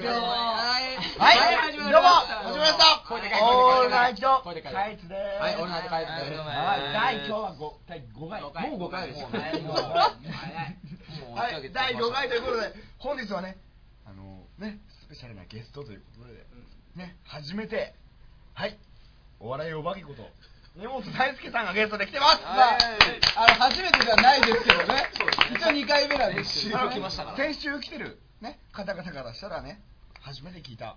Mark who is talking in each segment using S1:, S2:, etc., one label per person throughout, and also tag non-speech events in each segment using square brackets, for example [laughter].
S1: 今日もはい
S2: はい、
S1: はい始
S2: どう
S1: ま
S2: も、
S1: りました
S2: 始まりました。
S1: 声でかい
S2: オールナイト、
S1: 声でかい
S2: カイツです。
S1: はいオールナイトカイツです
S2: はい
S1: はい
S2: 第今日は五、第五回。
S1: 五回
S2: もう五回ですよ。
S1: もうね
S2: はい
S1: もうも
S2: は
S1: う
S2: い
S1: もう一ヶ月
S2: 第五回ということで、本日はね、あのね、スペシャルなゲストということで、ね、初めて、はい、お笑いお化けこと、根本大輔さんがゲストで来てます。
S1: はい
S2: あの初めてじゃないですけどね
S1: そうですね
S2: 二回目なんですけどね
S1: 先週来ましたから
S2: 先週来てるね方々からしたらね初めて聞いた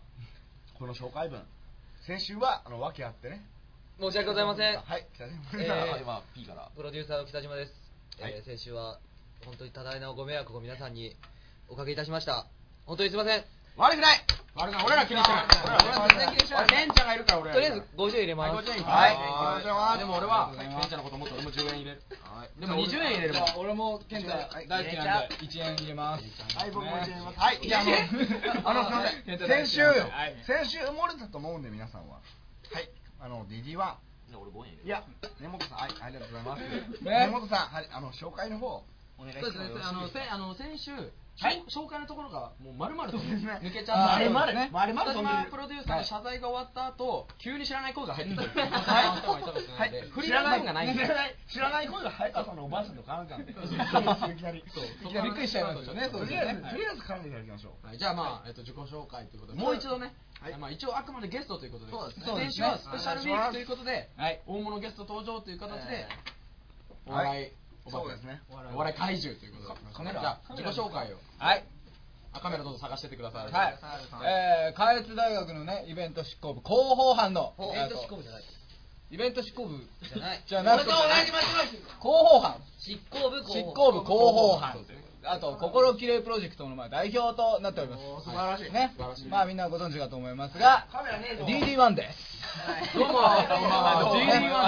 S2: この紹介文先週はあの訳あってね
S3: 申し訳ございません。
S2: はい北島
S3: え
S2: さん、 [laughs]
S3: ー
S1: 今 P から
S3: プロデューサーの北島です。
S2: はい
S3: えー先週は本当に多大なご迷惑を皆さんにおかけいたしました。本当にすいません。
S2: 悪くない
S1: 悪くない俺ら気にしてない
S2: 俺ら俺ら全然気にしてない
S1: 俺ケンちゃんがいるから俺ら
S3: とりあえず50円入れます。
S1: はい50円入れ
S2: はい
S1: ます
S2: はい
S1: でも俺は
S2: あり
S1: ケ
S2: が
S1: ン
S2: とうございます
S1: ちゃんのこともっと俺も10円入れる
S2: はい
S1: でも20円入れるもん
S4: 俺もケンちゃ
S2: はい
S4: ん大好きなんで1円入れます
S2: はい、僕も一緒にいます。
S4: ね
S2: はい、いや、あの、あの、すみません。先週、
S4: はい
S2: 先週漏れたと思うんで、皆さんは。はい、あの、ディディは。いや、根本さん、はい、ありがとうございます。根
S4: ね
S2: 本さん、はい、あの、紹介の方。お願いし
S1: そ
S2: ま
S1: うですすねあのせあの先週
S2: はい
S1: 紹介のところがもう丸々と
S2: そうですね
S1: 抜けち
S2: あ
S1: ゃった
S2: ー丸々
S1: ね
S2: 丸々
S1: 北
S2: 飛んでる
S1: 島プロデューサーの謝罪が終わった後急に知らない声が入ってくる
S2: はいは
S1: はい
S2: い、
S1: 振り出し感がないん
S2: 知
S1: で
S2: らない、知らない声が入った、そのおばあちゃんと絡んだんで。いきなり。
S1: そう
S2: いきな
S4: びっくりしちゃいますよね
S2: と
S4: そう
S2: り
S4: で
S2: あ
S4: す
S2: えず、
S4: ね
S2: とりあえず絡んでいただきましょう。
S1: はい、じゃあまあ、えっと、自己紹介ということで、もう一度ね、
S2: はい
S1: まあ、一応あくまでゲストということで、
S2: そうですね
S1: 先週はス
S2: そう
S1: ペ
S2: ですね
S1: シャルウィークということで、
S4: はい
S1: 大物ゲスト登場という形で、お
S2: はい
S1: 笑い、お化け
S2: そうですね
S1: お笑い怪獣ということで、
S4: カメラ
S1: じゃあ、自己紹介を、
S4: はい
S1: あカメラどうぞ探してってください。
S4: はいえー開越大学のねイベント執行部広報班の
S3: イベント執行部じゃない。
S4: イベント執行部
S3: じゃない
S4: じゃなくて
S3: また同じ場所
S4: 広報班
S3: 執行部
S4: 執行部広報
S1: そ
S4: 班
S1: うですね
S4: あと心きれいプロジェクトのまあ代表となっております
S2: おー素晴らしい
S4: ね
S1: 素晴らしい
S4: まあみんなご存知かと思いますが
S2: カメラねえぞ
S4: DD1 です
S1: どう
S4: [laughs]
S1: も、こんばんは、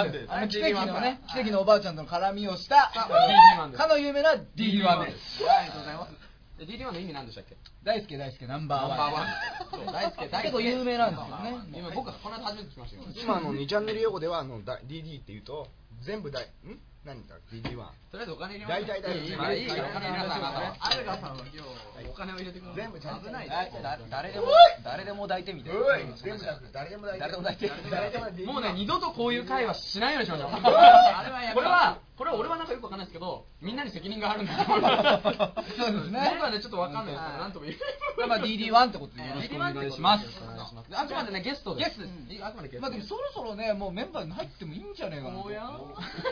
S1: DD1 です。
S4: あの奇跡のね奇跡のおばあちゃんとの絡みをした
S1: あ DD1 です
S4: かの有名な DD1 です
S1: はいありがとうございます。で DD1 の意味なんでしたっけ
S4: 大輔大輔ナンバーワン
S1: そう大輔、大輔。
S4: 結構有名なんですよね
S1: まあまあまあ今僕、この間初めて聞きましたよ。
S2: 今の2チャンネル用語ではあのだ DD っていうと全部だいん何だ
S1: と
S2: DD1
S1: りあえずお金入れ
S2: 大体大
S1: いいい
S2: 丈夫
S1: いからいいから
S2: 大
S1: お
S2: 体
S1: 金入れなさいあなたは
S2: 大丈夫
S1: アルガさんは今日お金を入れてくる
S2: 全部ちゃんと
S1: 危ない
S2: はい
S1: だ誰でも誰でも抱いてみ
S2: おい全部じゃなくて誰でも大丈夫誰でも大丈夫
S1: もうね二度とこういう会話しないようにしましょうこれはこれは俺はなんかよくわかんないですけどみんなに責任があるんだと思います
S4: そうですね
S1: 僕はねちょっとわかんないですからなんとも言え
S4: まあ
S1: [laughs]
S4: DD1 ってことでよろしくお願いします
S1: お願いしますあくまでねゲストで
S4: ゲストです
S1: うんあくまでゲス
S4: ま
S1: ト
S4: あでもそろそろねもうメンバーに入ってもいいんじゃねえかな
S1: おや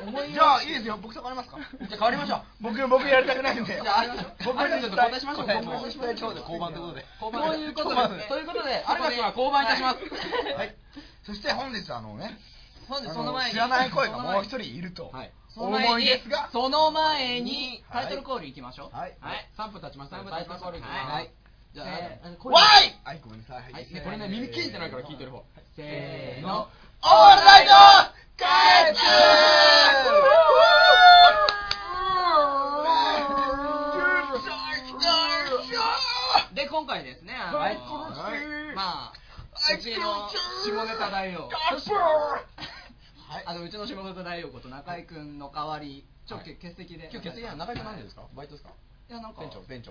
S4: 思い
S2: じゃあいいですよ僕と変わりますか
S1: じゃあ変わりましょう
S2: 僕僕やりたくないんで
S1: じゃあ、あれましょう。
S2: 僕
S1: 僕らちょっと交代しましょう。
S2: 交代
S1: 交代しましょう。
S2: 交
S1: 交番
S2: 番と
S1: と
S2: い
S1: いうう
S2: こ
S1: ことと
S2: で
S1: で。ということで、アルガ君は交番いたします。
S2: はい。そして本日あのね
S3: 本日
S2: あ
S3: その前に
S2: 知らない声がもう一人いると
S1: はい
S3: その前に
S2: 思いですが
S3: その前にタ
S2: はい
S3: イトルコールいきましょう。
S2: はい
S1: はい、三分経ちましたね。
S3: 三分経ちましたはい
S1: じゃあ
S3: せ、
S1: あのこれ
S2: わーいはいごめんなさい
S1: はい、ねこれね、耳キーンってないから聞いてる方。せーの。
S2: オールナイトカエツ
S3: で、今回ですね、あの
S2: はい
S3: まあ、うちの下ネタ大王、あのうちの下ネタ大王こと中居君の代わり、ちょっと欠席で。
S1: 今日欠席なの中居君なんでですかバイトですか
S3: いや、なんか、
S1: 店長、店長。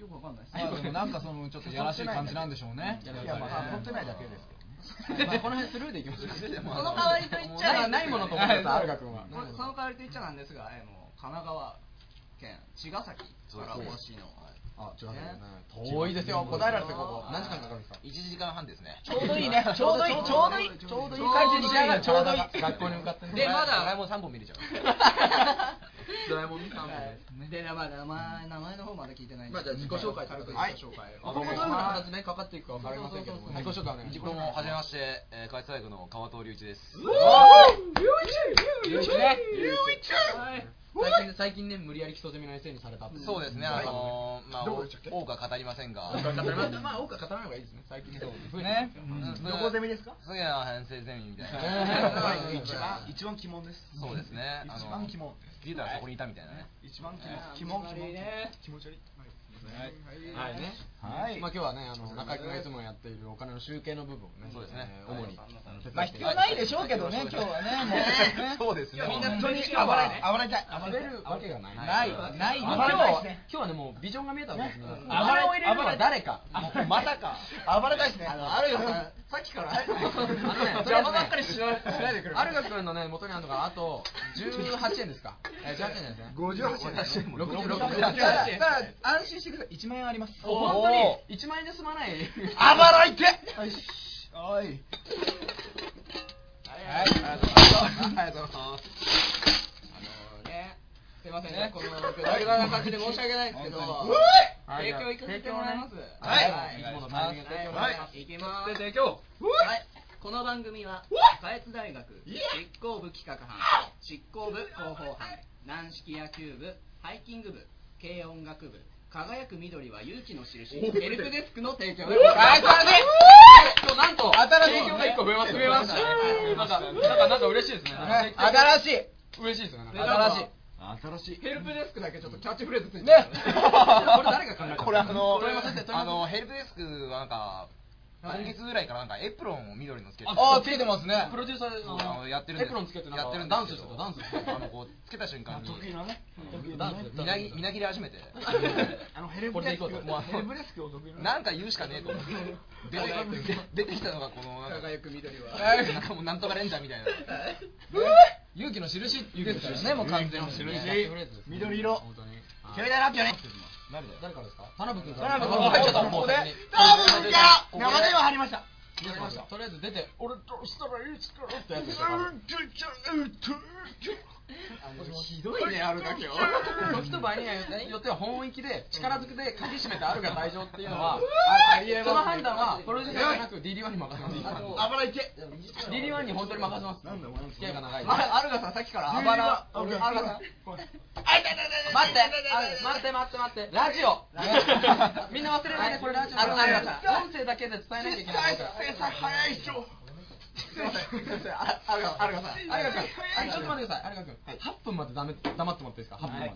S3: よくわかんないです。
S4: まあでもなんかそのちょっとやらしい感じなんでしょうね
S2: いやまあ、持ってないだけですけどね。
S1: まあこの辺スルーでいきましょう。そ
S3: その代わりと言っちゃ
S1: ないものと思ってた、アルガ君は。
S3: そその代わりと言っちゃなんですが、えーもう神奈川県茅ヶ崎からお越しの。
S1: あ、違う
S3: ね
S1: 遠いですよ、小平ですよ、ここ。
S3: はい
S1: 何時間かかるんですか
S4: ちょうどいいねちょうどいいちょうどいい
S3: ちょうどいい
S4: 感じに仕上がるちょうどいい
S1: 学校に向かってね
S3: でまだ
S1: ドラえもん3本見れちゃうドラえもん3本
S3: で、まあ、名前、名前の方まだ聞いてないんで
S1: まあじゃあ自己紹介軽く
S2: はい
S1: 自己紹介を今後どういうふうな形ねかかっていくかわかりませんけども自己紹介お願いし
S5: ど
S1: ま
S5: う
S1: す
S5: も、はじめまして、えー、海津大学の川藤隆一です。
S1: ゆういちね最近ね最近ね無理やり基礎攻めのせいにされたって
S5: そうですね、あのー、まあ、
S2: どこでしたっけ
S5: 多くは語りませんが、
S1: 語らないまあ多くは語らない方がいいですね最近ね
S4: そうね
S5: うん
S2: どこ攻めですか
S5: すげえな、編成ゼミみたいな。
S1: [laughs] うん
S2: 一番、一番鬼門です。
S5: [laughs] そうですね、あの
S2: 一番鬼門。
S5: 気づいたらそこにいたみたいなね。
S2: 一番鬼
S3: あー
S2: 門。鬼門、
S3: あんま
S2: 鬼
S3: り
S2: 門。
S3: ね
S2: 気持ち悪い。
S1: ですね。
S4: は
S1: は
S4: い
S1: いね。
S4: はい
S1: まあ今日はね、あの中居君がいつもやっているお金の集計の部分をね、
S5: そうですね
S1: えー主に。
S4: まあ必要ないでしょうけどね、今日はね、もうね。
S5: そうですね。
S2: みんな本当に暴れ暴れた
S1: 暴
S2: い
S1: れるわけがない。
S4: ないない
S1: 今日は今日はねもうビジョンが見えたんです。皆さんお金を入れるのは誰か。
S4: まさか。
S2: 暴れたいですね
S1: あのあるがさん、さっきから、あのね
S2: 邪魔ばっかりしない
S1: とりあえずね
S2: しないでくれ
S1: あるがくんのね、元にあるのが、あと、18円ですか。え、18円じゃないですね。
S2: 58円
S1: 私も
S2: 六
S1: 六
S2: 十
S1: 十
S2: 八
S1: 八
S2: 円
S1: 円
S4: ただ、ただ安心してください。1万円あります。
S1: お本当に、1万円で済まない。
S2: あばらいてはいおい
S4: はい、ありがとう
S1: ありがとうございます。あのね、すいませんね、このくだりな感じで申し訳ないですけど、
S4: 本
S1: はい提供行かせてもらいます。
S4: はい
S1: いつもの番組で提供もらいます。
S3: いきます
S1: で提供。
S3: はい、この番組は下越大学執行部企画班執行部広報班軟式野球部ハイキング部軽音楽部輝く緑は勇気の印ヘルプデスクの提供でございます
S1: 今日なんと、
S4: 新しい
S1: 提供が1個増えましたね。
S4: 増えました
S1: な
S4: ね
S1: んか、なんか、なんか嬉しいですね。
S4: ね新しい。
S1: 嬉しいですね。なんか
S4: 新しい。
S2: 新しい
S1: ヘルプデスクだけちょっとキャッチフレーズついてる
S4: ね
S1: これ誰が考えたの
S5: これあの
S1: これも先生、
S5: あのヘルプデスクはなんか今月ぐらいからなんかエプロンを緑のつけて
S4: ああ、ついてますね
S1: プ。ロデューサーで、
S5: そうあのやってるん
S1: エ
S5: で
S1: プロンつけて、なん
S5: やって
S1: か、
S5: るん
S1: ダン
S5: で
S1: ス
S5: す
S1: し
S5: け
S1: て
S5: ど
S1: た、ダンスしてた。
S5: あのこうつけた瞬間に
S2: ね
S1: ダンス
S5: みなぎみなぎり
S1: [laughs]
S5: 始めて
S2: あのヘル
S1: こ
S2: プ
S1: れで
S2: デ
S1: いこ
S2: ス
S1: うと
S2: ク
S1: 思う
S2: ヘルプデスクお得意な
S5: なんか言うしかねえと思って出て出てきたのがこのなんか
S1: 輝く緑は。
S5: なんかもうなんとかレンジャーみたいな
S4: 勇気の印ですからね、もう完全に。
S2: 緑色
S1: 本当に。
S2: 決めたなってよね誰だよ
S1: 誰からですか田辺君か
S4: 田
S1: ら。
S4: 辺君
S1: あ入っちゃった
S4: こ
S1: もう
S4: こで
S1: 先に
S2: 多分か生電話入りました
S1: 出てましたとりあえず出て、俺どうしたらいいですかってやつでしょ。ひどいね、あるが今日。時と場合によっては本意気で力ずくで鍵閉めてあるが大丈夫っていうのは、ありえますその判断はプロデューサーじゃなく DD1 に任せます。
S2: あばらいて
S1: DD1 に本当に任せます。
S2: なんだお前
S1: 付き合いが長い。
S3: あるがさんさっきからあばらあるがさん
S1: 待って、待って待って待って、ラジオ。みんな忘れないで、これラジオ。
S3: あるが
S1: さん。音声だけで伝えなきゃいけないから。
S2: 早いっしょ
S3: ああるがさんあるがさん
S1: 有賀君、あちょっと待ってください。有賀君、八分までだめ黙ってもらっていいですか？八分ま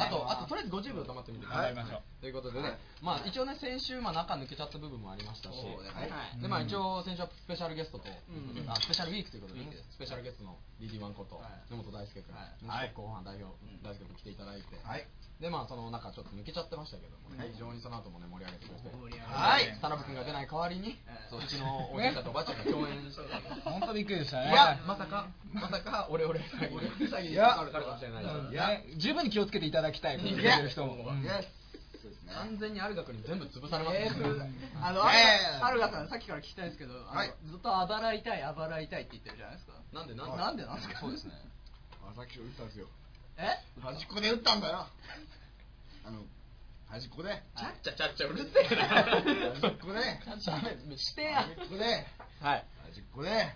S1: で。あとあととりあえず50秒黙ってみてください。ということでね、まあ一応ね先週まあ中抜けちゃった部分もありましたし、
S3: そうですね
S1: はいでまあ一応先週はスペシャルゲストとあスペシャルウィークということでスペシャルゲストの DD1 こと根本大輔君、
S2: はい
S1: 西国後半代表大輔君来ていただいて、
S2: はい
S1: でまあその中ちょっと抜けちゃってましたけどもね、非常にその後もね盛り上げてくれて、
S3: 盛り上げて
S1: はい、田辺君が出ない代わりに、う
S3: う
S1: んちのおじいちゃんとおばあちゃんが共演してたんです。
S4: 本当びっくりでした
S1: い
S4: ね。
S1: や、まさか、まさか、俺俺俺詐欺に引っかかるかもしれない。
S2: い
S4: うん
S2: や
S4: ね十分に気をつけていただきたい。聞いてる人も。うん
S1: 完全にアルガ君に全部潰されますね。
S3: あの、あるがさん、さっきから聞きたいんですけど、あの
S2: はい
S3: ずっとあばら痛い、あばら痛いって言ってるじゃないですか。
S1: なんでなんで
S3: なんでなんですか。
S5: そうですね
S2: 朝日賞打ったんですよ
S3: え、
S2: 端っこで打ったんだよあの端っこで
S1: ちゃっちゃちゃっちゃうるせえ
S2: 端っ
S1: な。
S2: こで端
S1: ちゃんとしてや。
S2: っこで
S1: はい
S2: 端っこで
S1: はい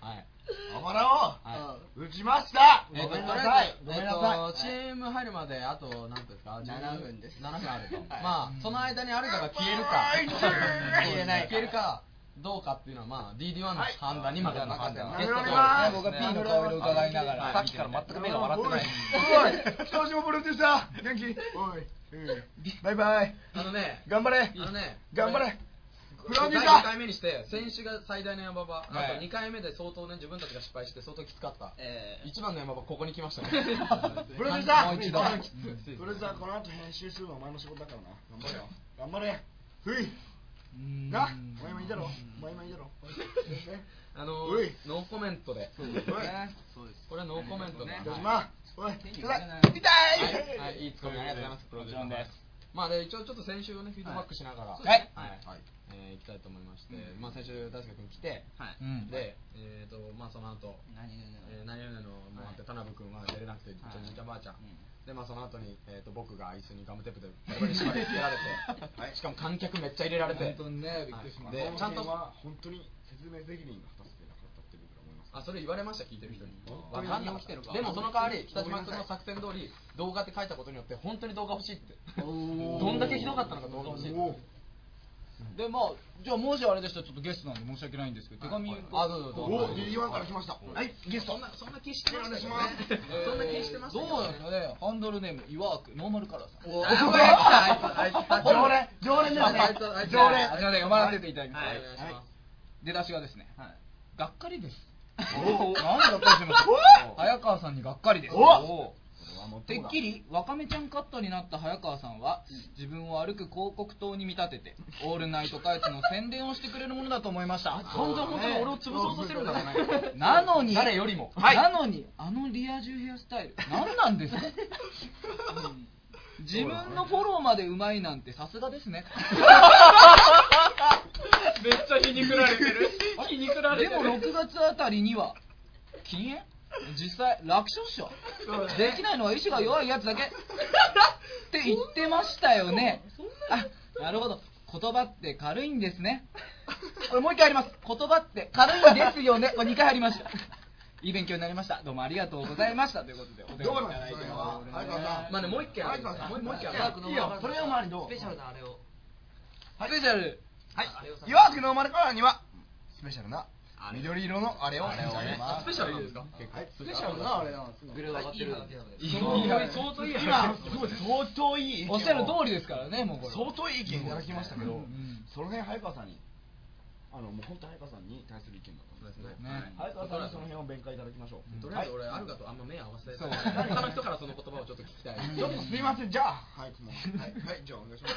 S2: あばら
S1: は
S2: を打ちました
S1: い。えっととりあえずえっと CM 入るまであと何分ですか？
S3: 7分です
S1: 7分あると。
S3: はい
S1: まあその間にアルガが消えるか、
S2: 消
S3: えない
S1: [laughs] 消えるかどうかっていうのはまあ DD1 の判断に任せます。
S5: はい
S1: ゲストと
S2: なるほどな
S4: 僕が P の顔色を伺いながら。
S5: さっきから全く目が笑ってない
S2: おい人島プロデューサー元気おいうんバイバイ
S1: あのね。
S2: 頑張れ
S1: あのね
S2: 頑張れ
S1: こ
S2: プ
S1: れ
S2: ロデュ
S1: 第
S2: ー
S1: 2
S2: サ
S1: 回目にして選手が最大の山場、
S4: はい
S1: あと2回目で相当ね自分たちが失敗して相当きつかった、
S3: えー
S1: 一番の山場ここに来ましたね
S2: [laughs] ープロデューサ
S4: もう一度
S2: ープロデューサーこの後編集するのはお前の仕事だからな頑張れよ頑張れふいなお前もいいだろお前もいいだろね
S1: あの
S2: うい
S1: ノーコメントで [laughs]
S2: おい
S3: そうです。
S1: これはノーコメントで、
S2: 田
S1: はい
S2: 島おい
S3: 手に
S2: ただ
S3: 入れない
S2: 痛い
S1: はいはい、いいツッコミありがとうございますプロデューサーですまあで一応ちょっと先週をねフィードバックしながら
S4: いはい
S1: はいえー行きたいと思いまして、まあ先週大輔君来て、
S3: はい。
S4: うん
S1: でえっ、とまあその後
S3: 何々
S1: えー、何々のもあって、田辺君は出れなくて、うちのじいちゃんばあちゃん、でまあ、その後に、えー、と僕が椅子にガムテープでバリバリ縛り付けられ [laughs] て、しかも観客めっちゃ入れられて
S4: 本、当にね、びっくりしまし
S1: で
S2: でち
S1: ち
S2: ゃ
S1: ゃ
S2: ん
S1: ん
S2: と
S1: と
S2: 本当に説明責任が果たせてなかったって僕は思います
S1: あそれ言われました、聞いてる人に。
S2: うん
S1: わかんなか
S3: 何が
S1: っ
S3: 起きてるか
S1: たでもその代わり、
S2: ご
S1: 北
S2: めんな
S1: 島
S2: さい
S1: 君の作戦通り、動画って書いたことによって、本当に動画欲しいって、
S3: おー
S1: どんだけひどかったのか動画欲しいって
S2: おー
S4: でまあじゃあもしあれでしたらちょっとゲストなんで申し訳ないんですけど手紙
S3: はい
S4: あどうぞどうぞ
S2: お DD1 から来ましたはいゲスト
S3: そんなそんな気してました
S2: お
S3: よ
S2: 願いします
S3: ね。そんな気してました
S4: ど
S3: よ
S4: うなんですかねハンドルネームいわくノーマルカラーさん
S3: お
S5: あこれやったあいつあいつ
S2: 常連常連ですね
S4: ああい [laughs] つあいつ
S2: 常
S4: あすいま
S2: 連
S4: せん読まらせていただきます
S3: はい
S4: はい出だしがですねがっかりです
S2: お
S4: [laughs] なんでがっかりしてます早川さんにがっかりです
S2: お
S4: てっきりわかめちゃんカットになった早川さんは自分を歩く広告塔に見立ててオールナイトカエツの宣伝をしてくれるものだと思いました
S1: 散々本当に俺を潰そうとしてるんだじゃないか
S4: なのに
S1: 誰よりも
S4: なのにあのリア充ヘアスタイル何なんですか、うん自分のフォローまでうまいなんてさすがですね
S3: めっちゃ皮肉られてる。皮肉られ
S4: で
S3: て
S4: も
S3: る。
S4: 6月あたりには禁煙実際楽勝っしょできないのは意志が弱いやつだけって言ってましたよねあなるほど言葉って軽いんですねこれもう一回やります言葉って軽いんですよねこれ2回入りましたいい勉強になりましたどうもありがとうございましたということでお手紙
S2: どうなん
S4: いただいて
S2: ですか
S4: ます
S2: 早川さん
S4: まあねもう一回
S2: 早川さん
S4: もうもう一回
S2: いや
S4: ス
S2: いいよそれを周りどう
S6: スペシャルなあれを
S4: ペシャル
S2: はい
S6: あれをさ
S2: 岩くの生まれからにはスペシャルな
S3: あれ
S2: 緑色のあれを
S5: あれをね
S2: 差し上げます
S3: スペシャルいいですか
S2: はい
S1: スペシャルなあれなんです
S6: グレード上がってる
S3: いや相当いい話
S2: 今すごい相当いい意見を
S4: おっしゃる通りですからねもうこれ
S2: 相当いい意見いただきましたけど、
S4: うん
S2: その辺早川さんにあのもう本当早川さんに対する意見だと思います
S4: ね
S2: 早川さんにその辺を弁解いただきましょう、
S3: とりあえず俺あるかとあんま目合わせない
S4: そう
S3: 他の人からその言葉をちょっと聞きたい
S2: ちょっとすみませんじゃあはいもうはい、はい、じゃあお願いしま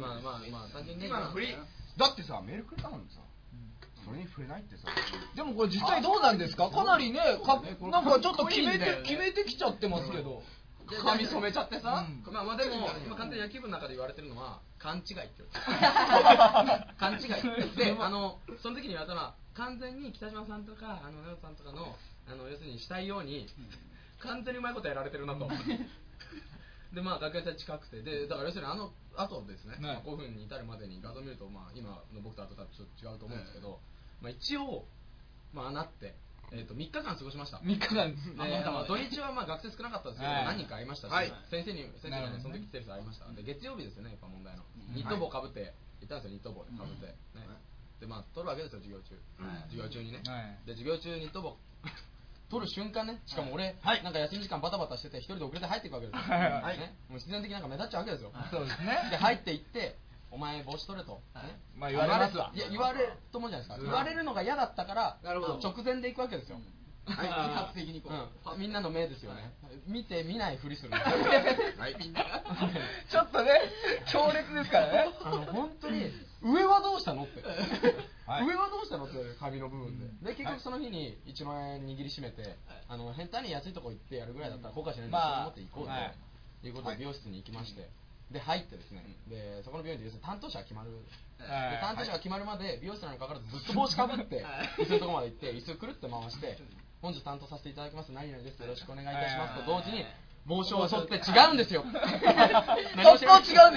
S2: す、
S3: まあまあまあ単純にね
S2: 今の振りだってさメールくれたのにさそれに触れないってさ
S4: でもこれ実際どうなんですかかなりねかなんかちょっと決め
S3: これかっこいいんだよ
S4: て
S3: ね
S4: 決めてきちゃってますけど
S1: 髪染めちゃってさ
S4: うん
S3: まあまあでも今完全に野球部の中で言われてるのは勘違いって言われてる勘
S4: [laughs]
S3: 違いであのその時に言われたのは完全に北島さんとかあの奈良さんとかのあの要するにしたいように完全にうまいことやられてるなと
S4: [laughs]
S3: でまあ楽屋さん近くてでだから要するにあの後ですね、
S4: ね
S3: 5分に至るまでに画像見るとまあ今の僕とあと多分ちょっと違うと思うんですけど、まあ一応まあなってえー、と3日間過ごしました
S4: 3日
S3: で
S4: 間
S3: あの土日はまあ学生少なかったんですけど、
S4: はい
S3: 何人か会いましたし、
S2: はい
S3: 先生に先生
S4: なる
S3: に、
S4: ほど
S3: その
S4: ね
S3: 時来てる人会いましたで月曜日ですよねやっぱ問題の
S4: うん
S3: ニット帽かぶって行ったんですよニット帽かぶって、ね
S2: はい
S3: でまあ取るわけですよ授業中、
S2: はい
S3: 授業中にね、
S4: はい
S3: で授業中ニット帽取る瞬間ねしかも俺、
S2: はい
S3: なんか休み時間バタバタしてて一人で遅れて入っていくわけですよ、
S4: はい
S3: ね、もう必然的になんか目立っちゃうわけですよ、
S4: そうですね
S3: で入っていってお前帽子取れと、ね
S4: まあ言われますわ
S3: いや言われると思うじゃないですか言われるのが嫌だったから直前で行くわけですよ、
S2: はい
S3: 自発的にこう、みんなの目ですよね、見て見ないふりするんです [laughs]
S2: はい
S4: ちょっとね [laughs] 強烈ですからね
S1: あの本当に上はどうしたの
S4: [laughs]
S1: って
S2: はい
S1: 上はどうしたのって言われる髪の部分でで結局その日に1万円握りしめてあの変態に安いとこ行ってやるぐらいだったら後悔しないんで
S4: まあ
S1: それ持って行こう
S4: はい
S1: ということで美容室に行きましてで入ってですねでそこの病院で要するに担当者が決まる
S4: はい
S1: で担当者が決まるまで美容室なのにかかわらずずっと帽子かぶって椅子のとこまで行って椅子をくるって回して本日担当させていただきます何々ですよろしくお願いいたしますと同時に帽子を取って違うん
S4: [laughs]
S1: ですよ
S4: そこ違うんで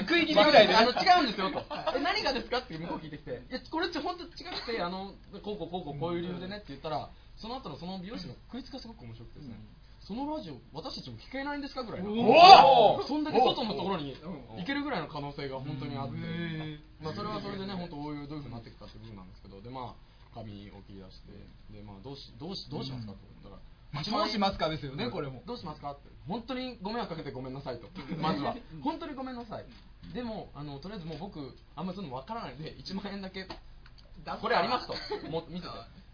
S4: 食い切りぐらいで
S1: あの違うんですよとえ何がですかって向こう聞いてきていやこれって本当違くてあのこうこうこうこうこういう理由でねって言ったらその後のその美容師の食いつきがすごく面白くてですね、そのラジオ私たちも聞けないんですかぐらいの
S2: おー
S1: そんだけ外のところに行けるぐらいの可能性が本当にあって、まあ、それはそれでね本当どういうどういうふうになっていくかっていう部分なんですけどでまあ髪を切り出してでまあどうしどうしどうしますかとだから
S4: どうしますかですよねこれも
S1: どうしますかって本当にご迷惑かけてごめんなさいと [laughs] まず
S4: [laughs]
S1: は本当にごめんなさいでもあのとりあえずもう僕あんまりそういうの分からないんで1万円だけこれありますとも見せて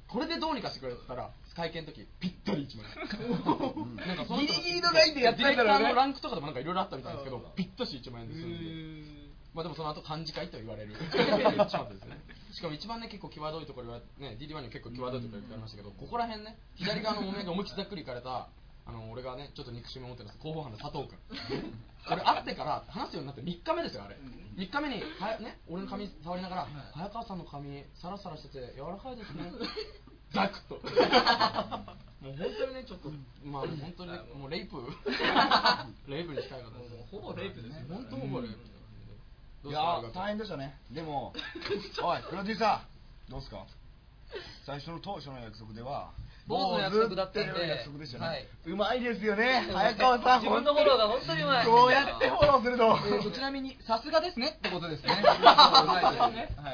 S1: これでどうにかしてくれって言ったら会見の時ぴったり1万円
S4: [laughs]
S1: なんかその人
S4: ギリギリのラインでやってたんだろうね
S1: ディレクターのランクとかでもなんかいろいろあったみたいですけどぴったし1万円でするんでまあでもその後漢字会と言われ
S3: [laughs]
S1: る言っちゃうんですねしかも一番ね結構際どいところ言われね DD1 にも結構際どいところ言われましたけどここら辺ね左側のお面が思いっきりざっくりいかれたあの俺がねちょっと憎しみを持ってます広報班の佐藤君これ会ってから話すようになって3日目ですよあれ3日目にはや、ね、俺の髪触りながら早川さんの髪サラサラしてて柔らかいですねザクッ
S3: [laughs]
S1: ともう本当にねちょっとまあ本当にねもうレイプ
S3: [laughs]
S1: レイプに近い方です
S3: ほぼレイプですよ
S1: 本当ほぼレイプ
S2: いやー大変でしたねでもおいプロデューサーどうすか最初の当初の約束では
S4: 坊主の約束だったんで
S2: 坊主っていう約束でしたね
S4: はい。
S2: うまいですよね。早川さん。
S6: 自分のフォローが本当にうまい
S2: こうやってフォローすると。
S4: えーとちなみにさすがですねってことで
S2: [laughs]
S4: すね。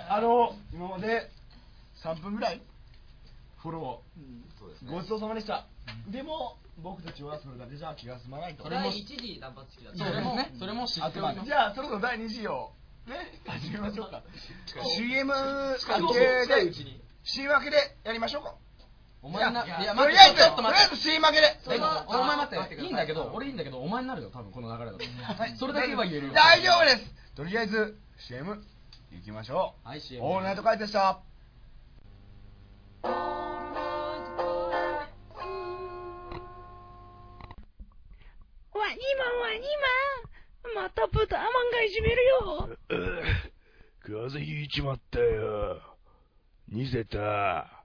S2: あの、今まで3分ぐらいフォロ
S5: そうです
S2: ー、
S5: ね
S2: ごちそうさまでした。でも、僕たちはそれだけじゃ気が済まないと。
S1: それ
S6: 第
S1: も
S6: 一次断髪式だっ
S1: そ
S6: た
S1: れも
S4: ね、
S1: それも知ってお
S2: あ
S1: き
S2: く
S1: ま
S2: ますで。じゃあ、そろそろ第2次を、ね、始めましょうか。CM 明け
S1: 近い
S2: で
S1: うちに、
S2: CM 明けでやりましょうか。
S1: お前な、
S2: いや
S1: いや、
S2: と
S1: 待っ
S2: り
S1: て
S2: あえ、ず、
S1: ちょっと
S2: とり
S1: 待っ
S2: あ
S1: て
S2: えず。CM 明けで。
S1: でも
S6: あ
S1: お前待
S6: 待っ
S1: ってて、
S6: くだ
S1: い
S6: さい
S1: いんだけど、俺いいんだけど、お前になるよ、多分この流れだと。
S2: はい
S1: それだけは言えるよ。
S2: 大丈夫です。とりあえず、CM 行きましょう。
S1: はい CM
S2: オールナイト会でした。
S7: わにまわにままた豚マンがいじめるよ
S8: 風邪ひいちまったよ。ニセタ、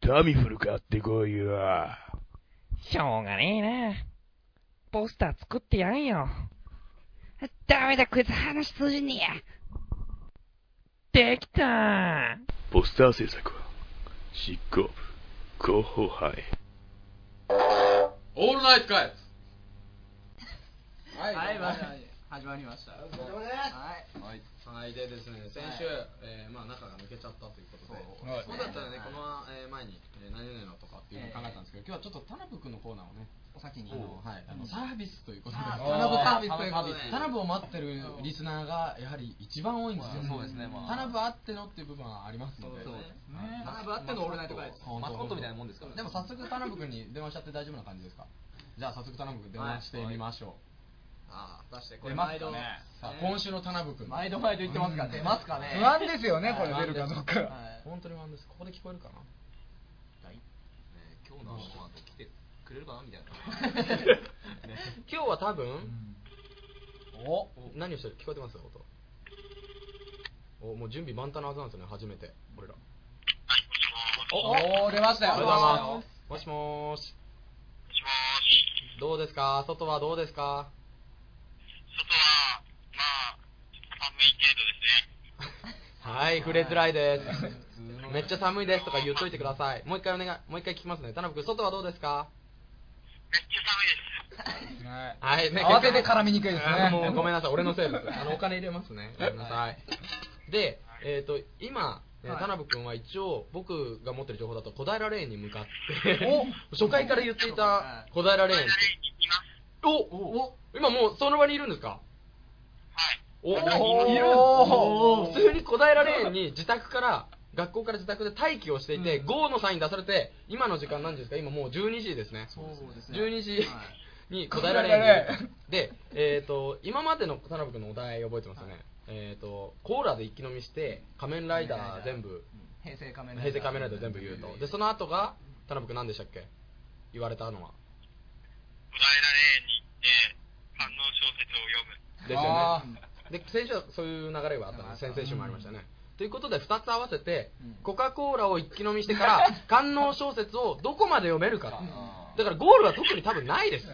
S8: タミフル買ってこいよ。
S9: しょうがねえな。ポスター作ってやんよ。ダメだ、こいつ話通じねえや。できた
S8: ポスター制作は、執行部、広報班へ。
S1: オールナイトかい
S3: はい、はい、始まりました。はい。
S1: はい、でですね、先週、えーまあ、中が抜けちゃったということで、
S2: そうはい
S1: そうだったらね、
S3: はい
S1: この、えー前に、えー何々のとかっていうのを考えたんですけど、今日はちょっと田辺君のコーナーをね、
S3: お先に。
S1: はい、あのサービスということで、
S3: あ
S1: 田辺
S3: ーサービスということで
S1: 田辺を待ってるリスナーがやはり一番多いんですよ、
S5: まあそうですねまあ
S1: 田辺あってのっていう部分はありますので、
S3: そうですね
S1: はい
S3: 田辺あってのオールナイトバイブス
S1: 本当
S5: マスコットみたいなもんですからね
S1: でも早速、田辺君に電話しちゃって大丈夫な感じですか、じゃあ早速、田辺君、電話してみましょう。
S3: ああ、出して、こ
S4: 出
S3: れ
S4: ます
S3: 毎
S4: か
S3: 度。
S4: ね
S1: さあ今週の田辺君
S3: 毎度
S1: [laughs]
S3: 毎度言ってますから、出ますかね。
S2: 不安ですよね、これ出るかどう
S1: は
S2: か。
S1: い本当に不安ですここで聞こえるかな
S5: ね今日のこの後来てくれるかなみたいな。
S1: 今日は多分、お何をしてる聞こえてますか音おもう準備万端なはずなんですよね初めて俺ら
S4: おお出ましたよ。
S1: おはようございますもしもーしどうですか外はどうですか [laughs] 外はまあ寒い程度ですねはい触れづらいですめっちゃ寒いですとか言っといてくださいもう一回お願いもう一回聞きますね田辺君外はどうですか
S4: はい
S1: はい、ね、
S4: 慌てて絡みにくいですね
S1: あもうごめんなさい、俺のせい
S4: [laughs]
S1: です。あのお金入れますね。ごめんなさい。で、えっ、と今、えー田辺君は一応僕が持ってる情報だと小平レーンに向かって、 [laughs] 初回から言っていた小平レーン。お、お、今もうその場にいるんですか。はい。お、いる。お普通に小平レーンに自宅から。学校から自宅で待機をしていて、GO のサイン出されて、今の時間何時ですか、今もう12時ですね、
S3: そうですね。
S1: 12時
S3: はい
S1: に答えられるで、えー、と今までの田辺君のお題覚えてますよね、えー、とコーラで一気飲みして仮面ライダー全部
S3: 平成仮面ライダー
S1: 平成仮面ライダー全部言うとでその後が田辺君何でしたっけ言われたのはですよ
S4: あ
S1: ねで先週はそういう流れがあったので先々週もありましたね、ということで2つ合わせて、コカ・コーラを一気飲みしてから官能小説をどこまで読めるかだからゴールは特に多分ないです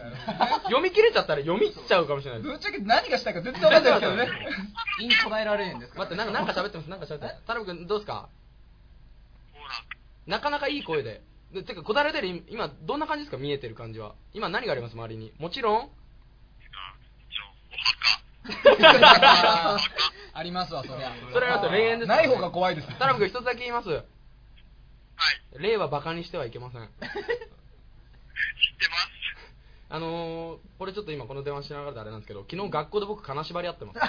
S1: 読み切れちゃったら読みちゃうかもしれないです
S4: ぶっちゃけ何がしたいか全然わかんないですけどね。
S1: [laughs]
S3: インコダイラレーンですか
S1: 待って、なんか、なんか喋ってます、なんか喋ってます。田辺君、どうですかなかなかいい声で。でてか、こだれてる、今、どんな感じですか見えてる感じは。今、何があります周りに。もちろん。
S4: ありますわそりゃ。
S1: それだと霊園です、
S4: ない方が怖いです。
S1: 田辺君、一つだけ言います。はい。霊はバカにしてはいけ
S4: [laughs]
S1: ません。知ってます。 [laughs] あのー、これちょっと今この電話しながらであれなんですけど昨日学校で僕金縛り合って
S4: [laughs]
S1: ます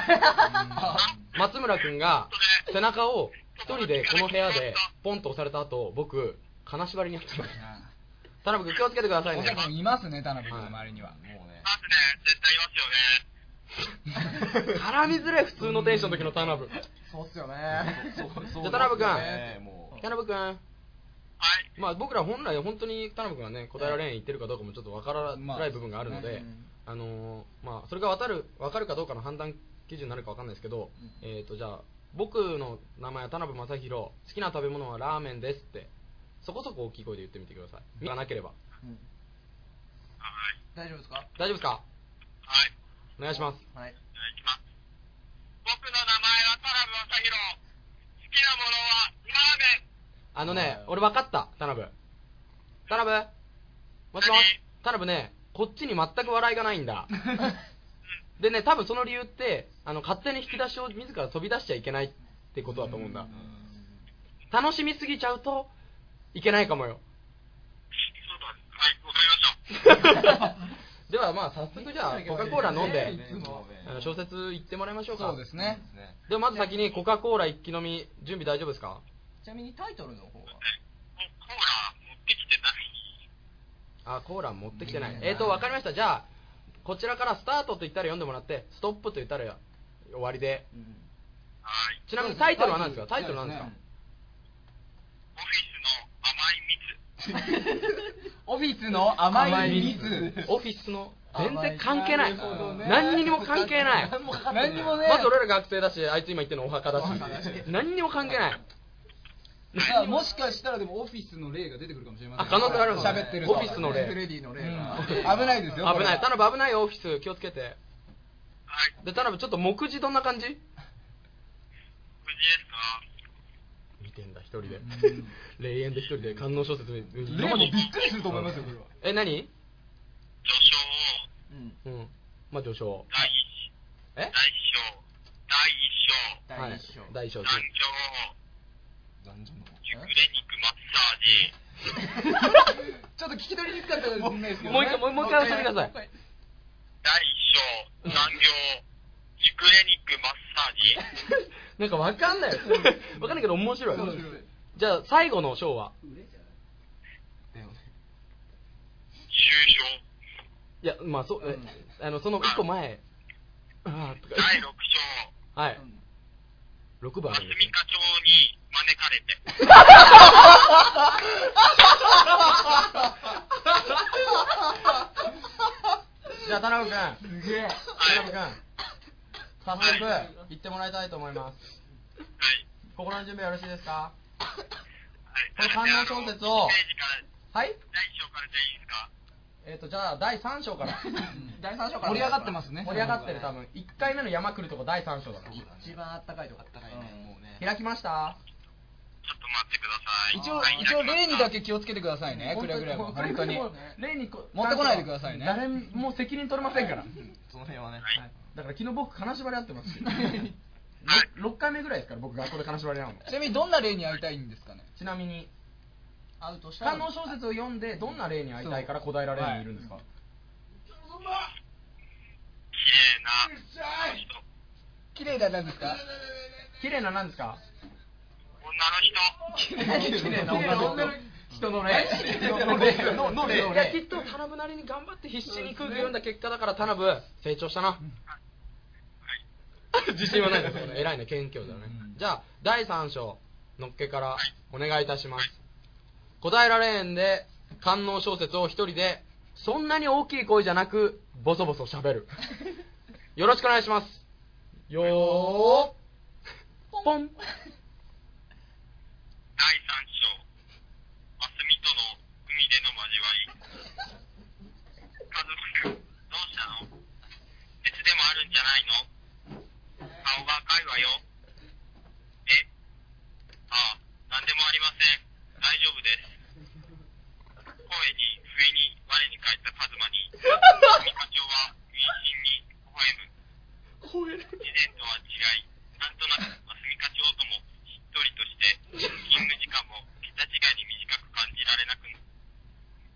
S1: 松村君が背中を一人でこの部屋でポンと押された後僕金縛りにあってます田辺君気をつけてくださいね
S4: お客さんいますね田辺君の周りには。
S1: 絡みづらい普通のテンションの時の田辺じ
S3: そうっすよね。
S1: ゃあ田辺君
S5: ねもう
S1: 田辺君はいまあ僕ら本来本当に田辺君がね小平レーン行ってるかどうかもちょっとわからない部分があるので、あのーまあ、それが分かる分かるかどうかの判断基準になるか分かんないですけど、えー、とじゃあ僕の名前は田辺正宏好きな食べ物はラーメンですってそこそこ大きい声で言ってみてくださいがなければ
S3: 大丈夫ですか
S1: 大丈夫ですかはいお願いします
S3: はい。
S1: あのね俺分かった田辺タナブもしもしタナブね、こっちに全く笑いがないんだ。 [laughs] でね、多分その理由って、あの、勝手に引き出しを自ら飛び出しちゃいけないってことだと思うんだ。楽しみすぎちゃうといけないかもよ。 [laughs] ではまあ早速じゃあコカ・コーラ飲んであの小説言ってもらいましょうか
S4: そうですね
S1: ではまず先にコカ・コーラ一気飲み準備大丈夫ですか
S4: ちなみにタイトルの方は
S1: あコーラ持ってきてないえっ、ー、とわかりましたじゃあこちらからスタートと言ったら読んでもらってストップと言ったら終わりで、ちなみにタイトルは何ですかタイトルは何ですか
S4: [laughs] オフィスの甘い蜜
S1: オフィスの全然関係ない
S4: なるほどね
S1: 何にも関係ない
S4: 何にもね
S1: まず俺ら学生だしあいつ今言ってるのお墓だし何にも関係ない
S4: いやもしかしたらでもオフィスの例が出てくるかもしれません
S1: あ可能性あるもんね
S4: 喋ってると
S1: オフィスの例
S4: レディの例が危ないですよこ
S1: 危
S4: れ
S1: ない田辺危ないよオフィス気をつけてはいで田辺ちょっと目次どんな感じ目次ですか見てんだ一人で霊園で一人で観音小説見て
S4: 例もびっくりすると思いますよこれは
S1: え何序章うんまあ序章第一え第一章第一章第一章
S4: ちょっと聞き取りにくかったですね
S1: もう一回もう一回遊んでください
S4: [laughs]
S1: なんかわかんない [laughs] わかんないけど面白い
S4: 面白い
S1: じゃあ最後の章はいやまあそう、えあのその一個前あーとか
S10: 第六章、
S1: はい6番あるんですね
S10: 課長に招かれて、
S1: じゃあ田辺君すげえ田辺君早速行ってもらいたいと思います
S10: はい、
S1: 心の準備よろしいですか
S10: は
S1: これ
S10: い、
S1: 観覧小説を
S10: ページから、
S1: はい
S10: 第一章からでいいですか
S1: えっ、とじゃあ第3章から [laughs] 第3章
S4: 盛り上がってますね
S1: 盛り上がってる多分1回目の山来るとこ第3章だな
S3: 一番あったかいとこあったかいねもうね
S1: 開きました
S10: ちょっと待ってください。
S4: 一応一応例にだけ気をつけてくださいねくれぐれも本当に
S1: 例にこ
S4: 持ってこないでくださいね
S1: 誰も責任取れませんから
S5: その辺はね、
S1: だから昨日僕金縛り合って
S4: [laughs]
S1: ますし6回目ぐらいですから僕学校で金縛り合うの
S4: ちなみにどんな例に会いたいんですかね
S1: ちなみに
S3: アウトしたら
S1: 観音小説を読んでどんな例に会いたいから小平霊にいるんですか、
S10: 綺麗な、
S4: 綺麗だなんですか
S1: 綺麗ななんですか
S10: 女の人、
S1: 綺麗な女の人のね
S4: のの例
S1: いやきっと田辺なりに頑張って必死に空気読んだ結果だから田辺成長したな自信はないですよね偉いね謙虚だね、じゃあ第3章のっけからお願いいたします小平霊園で観音小説を一人でそんなに大きい声じゃなくボソボソ喋るよろしくお願いしますよーポン
S10: 第三章、マスミとの海での交わり、家族、どうしたの熱でもあるんじゃないの顔が赤いわよ。えああ、なんでもありません。大丈夫です。声に、不意に、我に返ったカズマに、君課長は妊娠に微笑む。以前とは違い、なんとなくますみ課長ともしっとりとして、勤務時間も桁違いに短く感じられなく、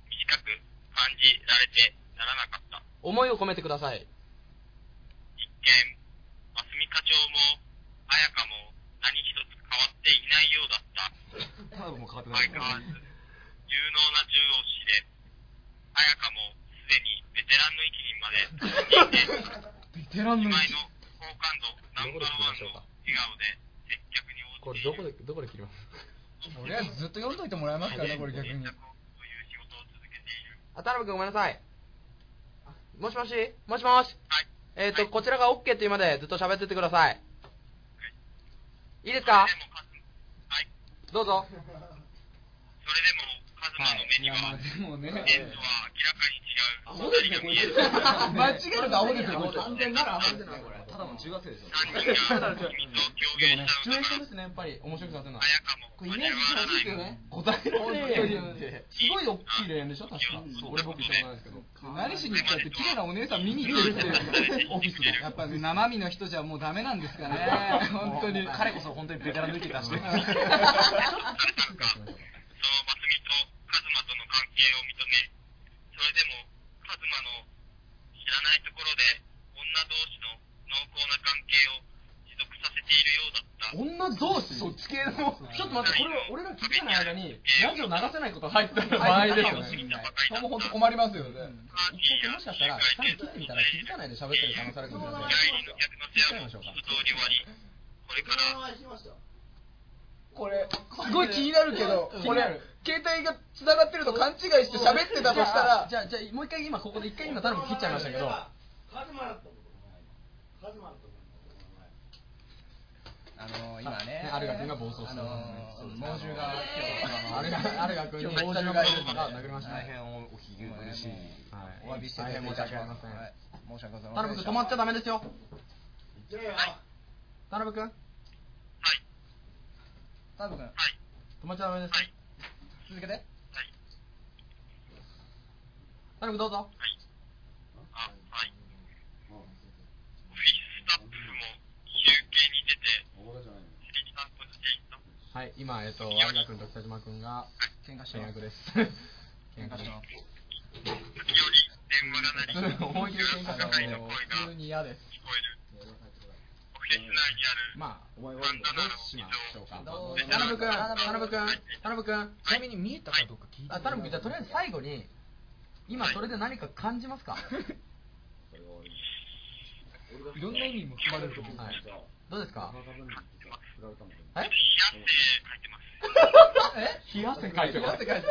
S10: 短く感じられてならなかった。
S1: 思いを込めてください
S10: 一見、ますみ課長も、あやかも、何一つ変わっていないようだった。相変わらず、有能な重要士で、あやかも、すでにベテランの域にまで達していて、
S4: ベテラン
S10: 自
S4: の
S10: 前の好感度ナンバーワンの笑顔で接客に応
S1: これ
S10: じて
S1: ど
S10: い
S1: こでどこで
S10: る
S1: 切ります
S4: とりあえずずっと読んどいてもらえますからねこれ逆に
S10: という仕事を続けている
S1: あ、田辺君ごめんなさい。もしもしもしもし
S10: はい
S1: えっ、と、こちらが OK って言うまでずっと喋ってってください。いいですか
S10: でもカズはい
S1: どうぞ。
S10: それでもカズマの目に
S4: で
S10: は
S4: もね
S10: レンズは明らかに違う光が見える
S1: [laughs]
S4: 間違えるとアホですよ
S3: 完全ならアホですねこれ
S6: ただの中学生でしょ。
S1: ただの中学生でもね、シチュエーションですね、やっぱり面白くさせるのは。これイメージ欲しいですよね。答えられるって。すごい大きい霊園でしょ、確か。俺僕行ったことないですけど。
S4: 何しに行ったって綺麗なお姉さん見に行ってるっていう
S1: オフィスで。
S4: やっぱり生身の人じゃもうダメなんですかね本当に
S5: 彼こそ本当にベテラン抜いてたし。
S1: 女同士そっち系の。ちょっと待って、これ俺ら聞いてない間に、ラジオ流せないこと入ってた場合ですよね。それも本当困りますよね。一回もしかしたら、二人来てみたら気づかないで喋ってる可能性あるかもしれない。聞いちゃいましょうか。
S2: これすごい気になるけどこれ携帯がつながってると勘違いして喋ってたとしたら
S1: じゃあ、じゃあ、もう一回今ここで一回今頼む切っちゃいましたけど。
S5: あのー、今ね
S1: ね、アルガ君が暴走してますね
S5: あのー、猛獣が、
S1: アルガアルガ君に
S5: 今日猛獣がいるので
S1: あ殴りましたね
S5: 大変おお聞き苦しい、
S1: はい
S5: お詫びして
S1: 大変申し訳ありません
S5: はい申し訳ございま
S1: 田辺
S5: せんでし
S1: 君
S5: た
S1: 止まっちゃダメですよ。田辺君。
S4: 多分
S1: 止まっちゃダメです。
S4: 続けて
S1: 田辺君どうぞ。はい、今、えっと、アルガ君と北島君が
S4: 喧嘩して
S1: 契
S4: ます
S1: 約です。
S4: 喧嘩してます
S1: 思い切り喧嘩してます
S4: 普通に嫌です
S1: まあ、お前はどうしましょうか。田辺君、田辺君、田辺君、ちなみに見えたかどうか聞いて。あ、田辺君、じゃあとりあえず最後に、今それで何か感じ [laughs] ますか。
S4: いろんな意味も含まれると思う
S1: はい。どうですか。え。冷や汗かいてます。冷や汗かいて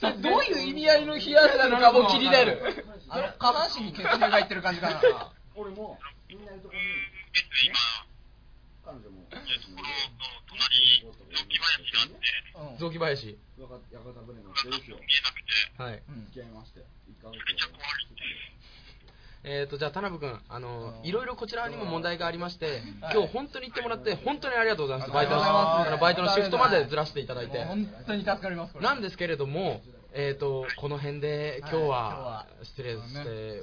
S4: さあどういう意味合いの冷や汗なのかも気になる
S5: あの下半身に血流がいってる感じかな
S1: ます。雑木林。はい。えー、とじゃあ田辺君、あのいろいろこちらにも問題がありまして、今日本当に行ってもらって、本当にありがとうございます、バイトの
S4: あ
S1: あ
S4: りがとう
S1: の
S4: ご
S1: バ
S4: ざい
S1: イ
S4: ま
S1: ト
S4: す
S1: のシフトまでずらしていただいて、
S4: 本当に助かりますこれ
S1: なんですけれども、えー、とこの辺で今日は
S4: は
S1: 失礼して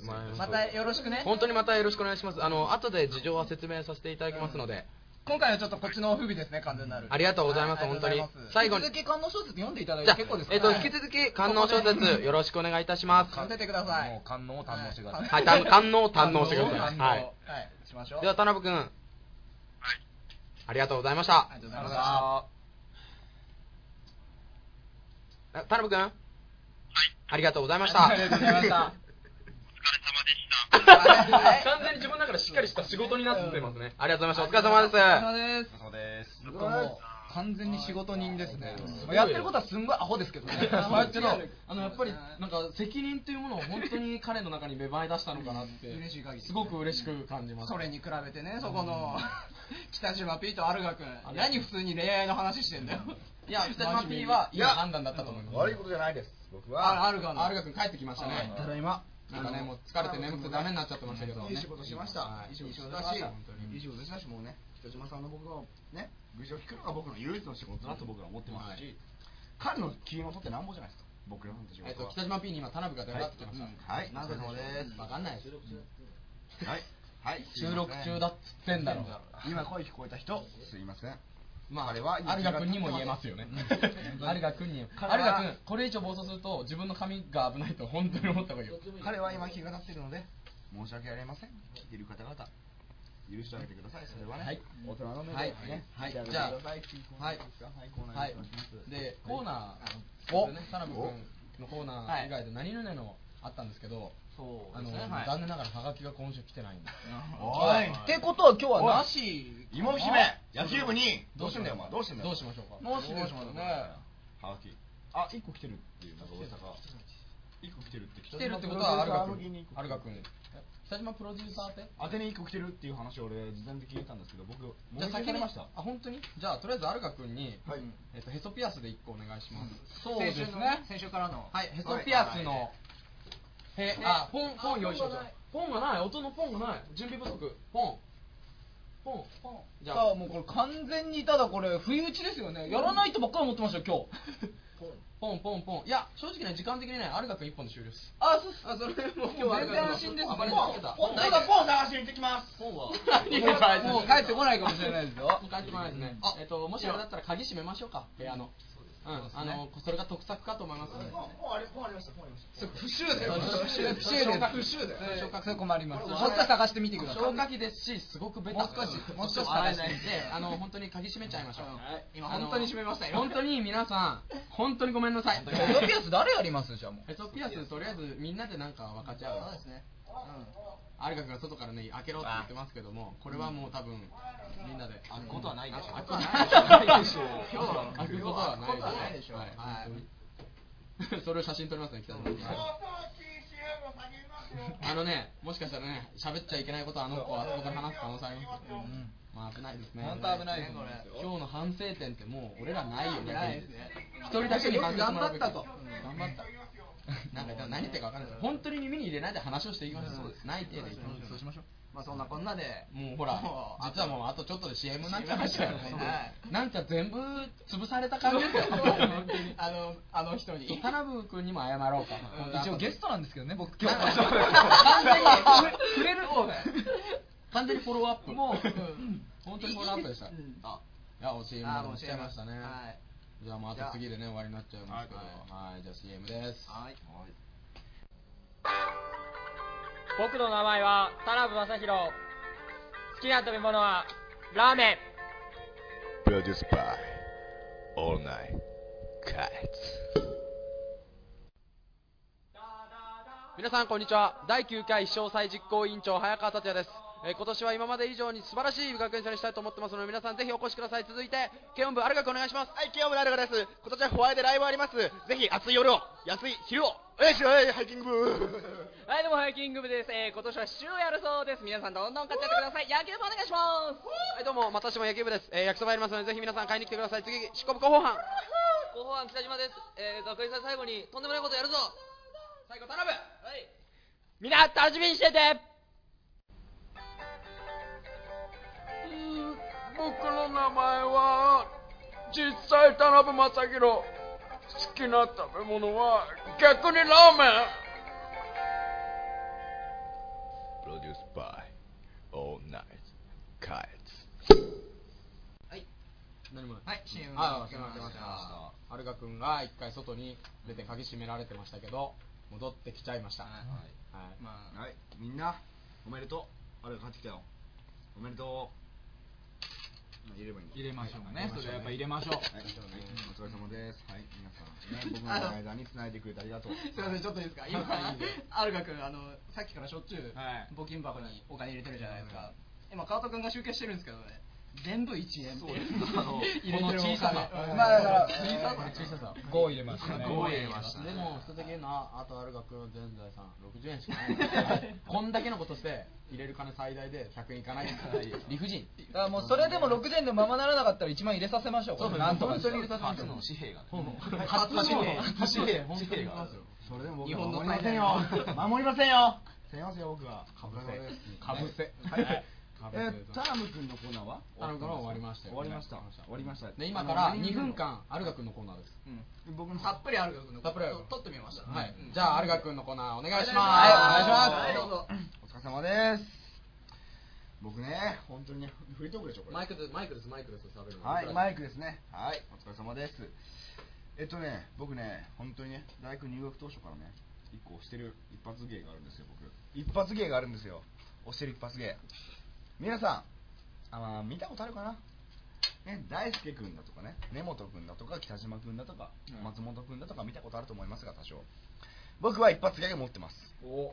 S1: もらいます、
S4: またよろしくね
S1: 本当にまたよろしくお願いします、あの後で事情は説明させていただきますので、
S5: 今回はちょっとこっちの不備ですね完全なる
S1: ありがとうございます、
S5: は
S1: 本当に
S5: ありがとうございます。
S1: 最後に
S4: 引き続き観音小説読んでいただい
S1: じ
S4: て
S1: ゃあ
S4: 結構です、
S1: えー、と引き続き、観音小説、よろしくお願いいたします。
S4: 読んでてください
S5: もう観音を堪能してください、
S1: はい、堪堪能を堪能してください。
S5: 堪能を
S1: は
S5: 堪
S1: い
S5: 能はいしましょう
S1: では田辺君、ありがとうございました
S5: ありがとうございました
S1: あ田辺君、ありがとうございました
S4: ありがとうございま
S1: [laughs]
S4: した
S1: 完全に自分の中でしっかりした仕事になってますねありがとうございましたお疲れ様です
S4: です
S5: そうです
S4: 僕はもう完全に仕事人ですね
S1: すごいよ
S4: やってることはすんごいアホですけどね
S1: あけどあのやっぱりなんか責任というものを本当に彼の中に芽生え出したのかなって
S4: 嬉しい限り
S1: すごく嬉しく感じます
S4: それに比べてねそこの北島 P とアルガ君
S1: あれ
S4: 何普通に恋愛の話してんだよ
S1: いや北島 P はいい判断だったと思います
S2: 悪いことじゃないです僕
S4: あ
S2: は
S4: アルガの
S1: あアルガ君帰ってきましたね
S2: ただいま
S1: なんかねもう疲れて眠くてダメになっちゃってましたけどね
S2: いい仕事しました、
S1: はい
S2: い、い仕事し
S1: いい
S2: たし
S1: 本当に
S2: いい仕事したしもうね北島さんの僕のね愚痴を聞くのが僕の唯一の仕事だと僕は思ってますし、彼の気の取ってなんぼじゃないですか僕らの仕事は、
S1: えっと北島 P に今田辺が出かってきました
S2: はいはい
S1: なぜそうですわかんないです
S2: はいはい
S1: 収録中だっつってんだろ
S2: 今声聞こえた人すいません
S1: まああ
S2: あ
S1: れ
S2: れ
S1: は
S2: は
S1: 有賀君にも言えますよね [laughs] 有賀君に有
S2: 彼は
S1: 賀君これ以上暴走すると自分の髪が危ないと本当に思った方がいいよ
S2: 彼は今気が立っているので申し訳ありません聞いている方々許してあげてくださいそれはね、
S1: はい
S2: 大人の目で
S1: はい
S2: ね
S1: はい
S2: 見てあげて
S1: じゃあ
S2: くださいっていうコーナーですかはいコーナ
S1: は
S2: ー
S1: い
S2: に行きます、
S1: でコーナー
S2: お
S1: でね田辺君のコーナー以外で何々のあったんですけど
S4: そう
S1: あ
S4: で
S1: の
S4: すねはい
S1: 残念ながらハガキが今週来てないんです
S2: おい
S4: ってことは今日はなし
S2: 芋姫野球部にどうしてんだよお前どうしてんだ
S1: どう
S2: よ
S1: しましょうか
S4: もしでしょうね
S2: はがきあ一個来てるっていうなんか噂が一個来てるって
S1: 来てるってことはアルガ
S2: プロデュ
S1: 君
S2: ーサー向けに一個
S1: アルガ君北島プロデューサーって
S2: 当てに一個来てるっていう話を俺事前で聞いたんですけど僕
S1: じゃあ
S2: 申
S1: 先
S2: し訳
S1: に
S2: ありました
S1: あ本当にじゃあとりあえずアルガ君に、
S2: はい
S1: えっとヘソピアスで一個お願いします、
S4: そうですね
S1: 先週の
S4: 先週からの
S1: はいヘソピアスのへあポンポン用意しましょうポンがない音のポンがない準備不足ポンじ
S4: じ
S1: ゃ
S4: ゃ
S1: あ
S4: あもうこれ完全にただこれ不意打ちですよねやらないとばっかり思ってましたよ今日
S1: ポンポンポンいや正直ね時間的にねアルガ君一本で終了 [laughs] です
S4: あそうっす
S3: あそれもう今日
S4: もう
S3: は
S4: 全然安心ですね
S1: 暴れ続けた
S2: ポンただポン探しに行ってきます
S1: ポンは
S4: もう帰ってこないかもしれないですよ
S1: もう帰ってこないですね
S2: あ
S1: えっともしあれだったら鍵閉めましょうか部屋のうんあのそれが得策かと思いますので
S2: ポンポンあれポンありましたポンありました
S3: それプシューだよ
S4: プシュープシューです
S3: プシューだよ
S4: それそれ困ります
S1: これ
S4: もう一回探してみてください
S1: 消火器ですしすごくベタ
S4: もう少しもう少し
S1: 洗え
S4: 探
S1: な
S4: し
S1: い
S4: てみ
S1: ん
S4: て
S1: であの本当に鍵閉めちゃいましょう
S3: はい今本当に閉めましたよ
S1: あの本当に皆さん本当にごめんなさい
S4: ヘソピアス誰やりますじゃあもう
S1: ヘソピアスとりあえずみんなでなんか分かち合うそうですねアルカ君が外からね開けろって言ってますけどもこれはもう多分みんなで開くことはないでしょ開くことはないでしょ今日は開くことはないでしょはい本当にそれを写真撮りますね北島さんあのねもしかしたらね喋っちゃいけないことをあの子はあそこから話す可能性ありますよまあ危ないですね
S4: 本当危ないですね
S1: 今日の反省点ってもう俺らないよね
S4: ないですね
S1: 一人だけに反省してもらうべき
S4: 頑張ったと
S1: うん頑張ったなんか何言ってるか分かんないです本当に耳に入れないで話をしていきましょうない程度いきましょう
S4: そうしましょう
S3: まあそんなこんなで
S1: もうほら
S3: もう
S1: 実はもうあとちょっとで CM になっちゃいましたよ
S3: CM
S1: なんか全部潰された感じ
S4: [laughs]
S1: ですよ
S3: あのあの人に
S1: 田辺君にも謝ろうか
S4: 一応ゲストなんですけどね僕今
S1: 完
S4: 日
S1: 全に触れる完全にフォローアップもう本当にフォローアップでしたい
S3: あ
S1: やお CM
S3: あ
S1: もしちゃいましたね
S3: はい
S1: じゃあもうあと次でね終わりになっちゃいますけどはいじゃあ CM です
S3: はい
S6: 僕の名前は田辺正宏好きな食べ物はラーメン
S8: プロデュースバイオールナイトカイツ
S1: 皆さんこんにちは第9回小祭実行委員長早川達也です、えー今年は今まで以上に素晴らしい学園祭にしたいと思ってますので皆さんぜひお越しください続いて軽音部あるがくお願いします
S10: はい、今日もラルガです。今年はホワイトライブあります。ぜひ暑い夜を、安い昼を、お願いします。ハイキング部。
S6: はいどうもハイキング部です、えー今年は週やるそうです皆さんどんどん買っちゃってください野球部お願いします
S1: はいどうも私も野球部です、えー、焼きそばやりますのでぜひ皆さん買いに来てください次執行部広報班
S6: 広報班北島です、えー学園祭最後にとんでもないことやるぞ最後頼むはいみんな楽しみにしてて
S1: 僕の名前は実際田辺正宏好きな食べ物は逆にラーメン
S8: プロデュースバイオールナイトカイツ
S1: 何もない
S3: はい CM
S1: ああ、す
S3: 来
S1: みま
S3: ま
S1: せん、
S3: した
S1: はるか君が一回外に出て鍵閉められてましたけど、戻ってきちゃいました。
S3: はい
S1: はい
S3: まあ
S2: はいみんなおめでとうあれ帰ってきたよおめでとう入れればいいんだ
S4: 入れましょうかね
S2: 入れましょう
S4: それはやっぱ入れま
S2: はい、うんお疲れ様です。はい、皆さん、ね、僕らの
S4: しょう
S2: 間に繋いでくれてありがとう。
S3: すいませんちょっといいですか今アルガ君あのさっきからしょっちゅう
S2: はい
S3: 募金箱にお金入れてるじゃないですか今川戸君が集計してるんですけどね全部1円っていう
S1: あ
S3: [laughs]
S1: の
S3: 入れてるお金
S1: この小ささ
S3: うん
S4: まあだから
S1: 小ささ
S4: 5入れま
S5: [laughs]
S4: したね
S1: 5円ましたでも、一つだけ言うのは、あとあるが君の全財産60円しか
S2: [laughs]
S1: ない。こんだけのことして、入れる金最大で100円いかない理不尽。
S4: だからもうそれでも60円でままならなかったら1万入れさせましょうこれなんとかして
S1: 初の紙幣が。初の紙幣、初紙幣、本当にが。
S2: それでも
S1: 日
S2: 僕は
S1: 本の
S2: 守りませんよ。 [laughs] 守りませんよ。すみませんよ、僕は。かぶせ。
S1: かぶせ
S2: はい。
S1: かぶせ
S2: えー、タラム君のコーナーは
S1: あの頃は終わりましたよ
S2: 終わりました。
S1: はい
S2: 終わりました。
S1: で今から2分間アルガ君のコーナーです
S2: 僕の
S3: たっぷりアルガ君の
S1: たっぷりアルガ
S3: と撮ってみました
S1: はい
S3: うん
S1: じゃあアルガ君のコーナーお願いします
S3: はいお願いしますはいどうぞ
S2: お疲れ様です。僕ね、本当にねフリートークでしょ、これ。
S1: マイクですマイクですマイクです喋るの
S2: はい、マイクですね。はい、お疲れ様です。えっとね、僕ね、本当にね、大学入学当初からね、一個押してる一発芸があるんですよ、僕。一発芸があるんですよ。押してる一発芸。皆さん、あまあ見たことあるかなね、大輔君だとかね、根本君だとか、北島君だとか、松本君だとか見たことあると思いますが、多少。僕は一発芸を持ってます。